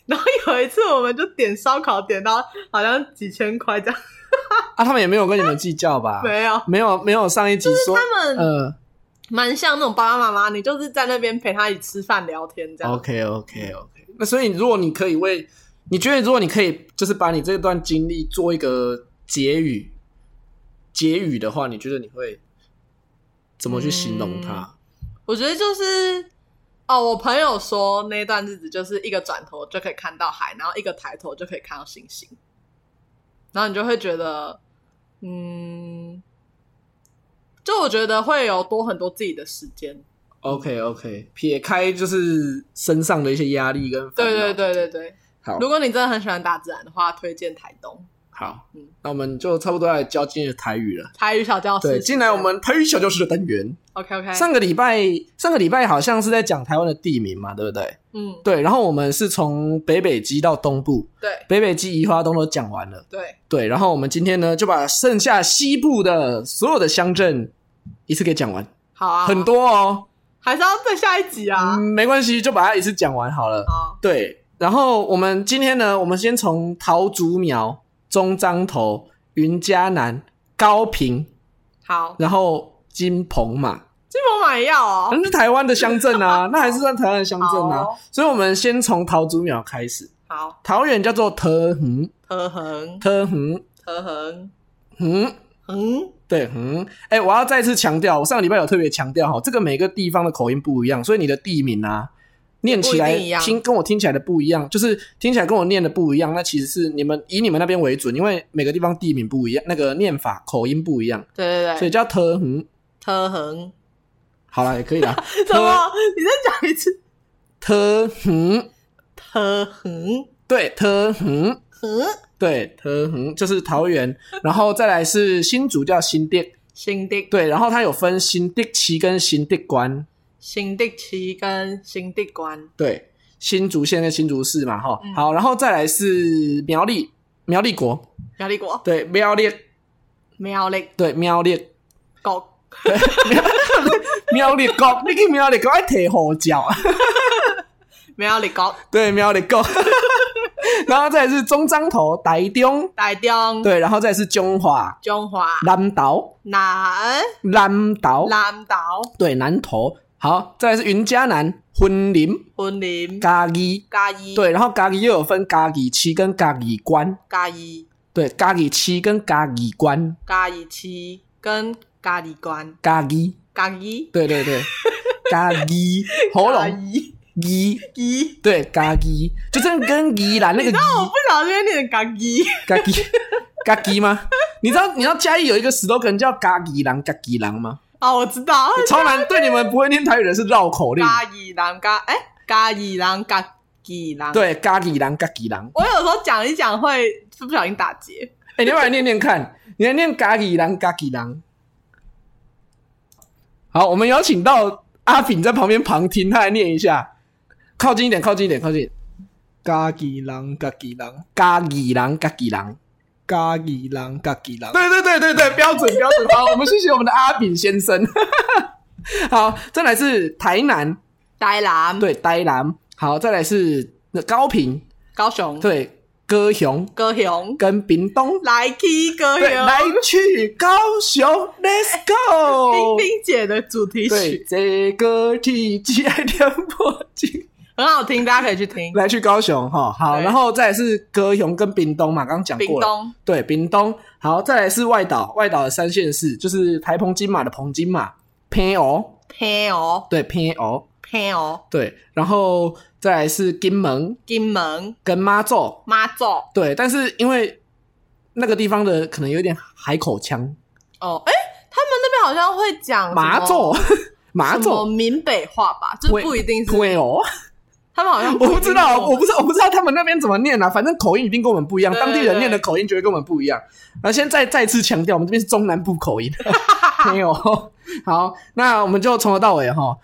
Speaker 2: 然后有一次，我们就点烧烤，点到好像几千块这样，
Speaker 1: 啊，他们也没有跟你们计较吧？
Speaker 2: 没有，
Speaker 1: 没有没有上一集说
Speaker 2: 他们
Speaker 1: 呃
Speaker 2: 蛮像那种爸爸妈妈，你就是在那边陪他一起吃饭聊天这样。
Speaker 1: ，OK OK OK。那所以如果你可以为，你觉得如果你可以就是把你这段经历做一个结语，结语的话，你觉得你会怎么去形容它？
Speaker 2: 我觉得就是哦，我朋友说那段日子就是一个转头就可以看到海，然后一个抬头就可以看到星星，然后你就会觉得，嗯，就我觉得会有多很多自己的时间。
Speaker 1: OK OK，撇开就是身上的一些压力跟烦恼
Speaker 2: 对对，对对对，
Speaker 1: 好
Speaker 2: 如果你真的很喜欢大自然的话，推荐台东
Speaker 1: 好
Speaker 2: 嗯，
Speaker 1: 那我们就差不多来教今天的台语了。
Speaker 2: 台语小教室。
Speaker 1: 对，进来我们台语小教室的单元。
Speaker 2: OK OK，
Speaker 1: 上个礼拜，上个礼拜好像是在讲台湾的地名嘛，对不对？
Speaker 2: 嗯，
Speaker 1: 对，然后我们是从北北基到东部，
Speaker 2: 对
Speaker 1: 北北基、宜花东都讲完了。
Speaker 2: 对，
Speaker 1: 对，然后我们今天呢，就把剩下西部的所有的乡镇一次给讲完，
Speaker 2: 好啊，
Speaker 1: 很多哦。
Speaker 2: 还是要再下一集啊。
Speaker 1: 嗯，没关系，就把它一次讲完好了。
Speaker 2: 好，
Speaker 1: 对，然后我们今天呢，我们先从桃竹苗、中彰头、云嘉南、高平，
Speaker 2: 好，
Speaker 1: 然后金鹏嘛，
Speaker 2: 金鹏买药哦
Speaker 1: 那、。是台湾的乡镇 啊，那还是算台湾的乡镇啊
Speaker 2: 好。哦
Speaker 1: 所以，我们先从桃竹苗开始。
Speaker 2: 好，
Speaker 1: 桃园叫做特横，
Speaker 2: 呵恒，
Speaker 1: 特横
Speaker 2: 呵恒，
Speaker 1: 横，
Speaker 2: 恒，
Speaker 1: 对横。哎、我要再次强调，我上个礼拜有特别强调哈，这个每个地方的口音不一样，所以你的地名啊，念起
Speaker 2: 不
Speaker 1: 来
Speaker 2: 一定一样
Speaker 1: 听跟我听起来的不一样，就是听起来跟我念的不一样。那其实是你们以你们那边为准，因为每个地方地名不一样，那个念法口音不一样，
Speaker 2: 对
Speaker 1: 所
Speaker 2: 对
Speaker 1: 以
Speaker 2: 对，
Speaker 1: 叫特嗯，
Speaker 2: 特恒，
Speaker 1: 好啦，也可以啦。
Speaker 2: 什么？你再讲一次，
Speaker 1: 特嗯，
Speaker 2: 特恒
Speaker 1: 对特嗯，
Speaker 2: 恒
Speaker 1: 对特嗯，就是桃园，然后再来是新竹叫新店，
Speaker 2: 新的
Speaker 1: 对，然后它有分新地区跟新地关，
Speaker 2: 新的旗跟新的关，
Speaker 1: 对，新竹县跟新竹市嘛，哈、
Speaker 2: 嗯
Speaker 1: 好，然后再来是苗栗，苗栗国，
Speaker 2: 苗栗国，
Speaker 1: 对，苗栗，
Speaker 2: 苗栗
Speaker 1: 对，苗栗，
Speaker 2: 国，
Speaker 1: 苗栗 国，你去苗栗国爱提胡椒，
Speaker 2: 苗栗国，
Speaker 1: 对，苗栗国， 然后再来是中彰头、台中，
Speaker 2: 台中，
Speaker 1: 对，然后再来是中华、
Speaker 2: 中华，
Speaker 1: 南投、
Speaker 2: 南
Speaker 1: 南投，
Speaker 2: 南岛，
Speaker 1: 对，南投，好，再来是云嘉南、云林、
Speaker 2: 云林，
Speaker 1: 嘉义，
Speaker 2: 嘉义，
Speaker 1: 对，然后嘉义又有分嘉义区跟嘉义关，
Speaker 2: 嘉义，
Speaker 1: 对，嘉义区跟嘉义关，
Speaker 2: 嘉义区跟嘉义关，
Speaker 1: 嘉义。
Speaker 2: 嘉义，
Speaker 1: 对对 对，咖 喱喉
Speaker 2: 嘉
Speaker 1: 咙
Speaker 2: 义，
Speaker 1: 鸡，
Speaker 2: 鸡。
Speaker 1: 对咖喱，就真的跟宜兰那个
Speaker 2: 你
Speaker 1: 鸡
Speaker 2: 知道我哦不小心念嘎叽，
Speaker 1: 咖喱咖喱吗？你知道你知道嘉义有一个 slogan 叫咖喱狼咖喱狼吗？
Speaker 2: 哦，我知道，
Speaker 1: 超难，对你们不会念台语的人是绕口令。
Speaker 2: 嘎伊郎嘎，哎，嘎伊郎嘎伊郎。，
Speaker 1: 对，咖喱狼咖喱狼，
Speaker 2: 我有时候讲一讲会是不小心打结。
Speaker 1: 哎、你要不要来念念看？你来念咖喱狼咖喱狼。好，我们邀请到阿炳在旁边旁听，他来念一下。靠近一点，靠近一点，靠近一点。
Speaker 3: 家己人，家己人，
Speaker 1: 咖喱狼咖喱狼。
Speaker 3: 家己人，家己人。
Speaker 1: 对对对对对，标准标 准。好，我们谢谢我们的阿炳先 生。好，再来是台南，
Speaker 2: 台南，，
Speaker 1: 对，台南。好，再来是那高平，
Speaker 2: 高雄，，
Speaker 1: 对，高雄
Speaker 2: 高雄，
Speaker 1: 跟屏东，
Speaker 2: 来去高雄
Speaker 1: 对，，来去高雄，Let's go
Speaker 2: 冰。冰姐的主题
Speaker 1: 对，
Speaker 2: 曲
Speaker 1: 这个体积爱天破镜，
Speaker 2: 很好听，大家可以去 听。
Speaker 1: 来去高雄哈。好，
Speaker 2: 对
Speaker 1: 然后再来是高雄跟屏东嘛，刚刚讲
Speaker 2: 屏
Speaker 1: 过了。
Speaker 2: 东，
Speaker 1: 对，屏东。好，再来是外岛，外岛的三县市就是台澎金马的澎金马、偏哦，
Speaker 2: 偏哦，
Speaker 1: 对，偏哦，
Speaker 2: 偏哦，
Speaker 1: 对，然后再来是金门
Speaker 2: 金门，
Speaker 1: 跟妈祖，
Speaker 2: 妈祖，
Speaker 1: 对，但是因为那个地方的可能有点海口腔，
Speaker 2: 哦，哎，他们那边好像会讲
Speaker 1: 麻祖，
Speaker 2: 祖，
Speaker 1: 麻
Speaker 2: 什么
Speaker 1: 祖，
Speaker 2: 闽北话吧，就是不一定是，
Speaker 1: 对哦，
Speaker 2: 他们好像
Speaker 1: 我不
Speaker 2: 一定
Speaker 1: 知 道，
Speaker 2: 跟
Speaker 1: 我不知道，我不知道他们那边怎么念啊，反正口音一定跟我们不一样，
Speaker 2: 对
Speaker 1: 当地
Speaker 2: 对
Speaker 1: 人
Speaker 2: 对
Speaker 1: 念的口音绝对跟我们不一样。然后先再再次强调，我们这边是中南部口音， 没有。好，那我们就从头到尾哈。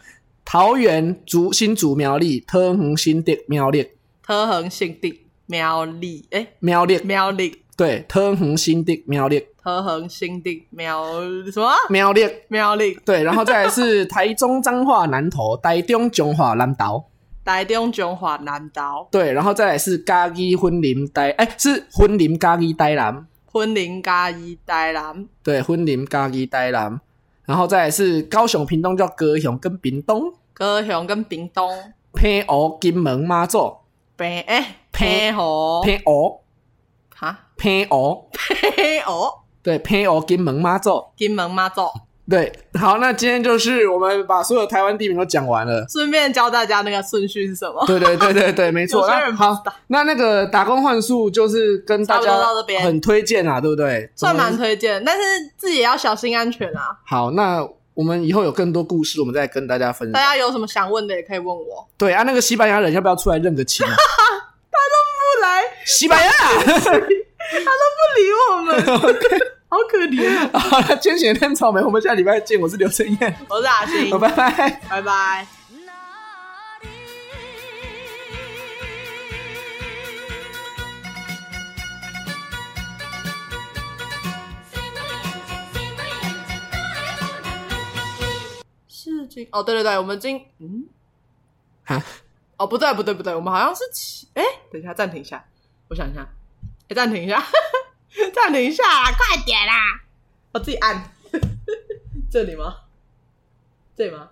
Speaker 1: 桃园竹新竹苗栗，特横新店苗栗
Speaker 2: 特恒新地苗栗，哎、
Speaker 1: 苗栗，
Speaker 2: 苗栗
Speaker 1: 对，特横新店苗栗
Speaker 2: 特恒新地苗什么
Speaker 1: 苗栗，
Speaker 2: 苗栗
Speaker 1: 对，然后再来是台中彰化南投，台中彰化南投，
Speaker 2: 台中中华南岛
Speaker 1: 对，然后再来是嘉义婚林呆，哎、是婚林嘉义呆南，
Speaker 2: 婚林嘉义台南
Speaker 1: 对，婚林嘉义台南，然后再来是高雄、屏东叫高雄跟屏东，
Speaker 2: 高雄跟屏东
Speaker 1: 偏湖、金门、妈祖，
Speaker 2: 北哎北河
Speaker 1: 偏湖、
Speaker 2: 哈
Speaker 1: 偏湖，
Speaker 2: 北河
Speaker 1: 对，偏湖、金门、妈祖，
Speaker 2: 金门妈祖，
Speaker 1: 对，好，那今天就是我们把所有台湾地名都讲完了。
Speaker 2: 顺便教大家那个顺序是什么。
Speaker 1: 对对对对对，没错。
Speaker 2: 有些
Speaker 1: 那
Speaker 2: 人不
Speaker 1: 好
Speaker 2: 知道，
Speaker 1: 那那个打工换宿就是跟大
Speaker 2: 差不
Speaker 1: 家
Speaker 2: 多到这边
Speaker 1: 很推荐啊，对不对？
Speaker 2: 算蛮
Speaker 1: 总之
Speaker 2: 推荐，但是自己也要小心安全啊！
Speaker 1: 好。那我们以后有更多故事，我们再跟大家分
Speaker 2: 大
Speaker 1: 享。
Speaker 2: 家有什么想问的也可以问我。
Speaker 1: 对啊，那个西班牙人要不要出来认个亲啊？
Speaker 2: 不来
Speaker 1: 西班牙
Speaker 2: 不理 我们，好可怜啊！
Speaker 1: 啊！好了，今天选天草莓，我们下礼拜见。我是刘晨燕，
Speaker 2: 我是阿星，
Speaker 1: 拜拜。
Speaker 2: 拜拜。
Speaker 4: 哪里？
Speaker 2: 是今哦，对对对，我们今嗯
Speaker 1: 哈，
Speaker 2: 哦不对不对不对，我们好像是七哎，等一下暂停一下，我想一下，哎暂停一下， 暂停一下啦， 快点啦，我自己按，这里吗？这里吗？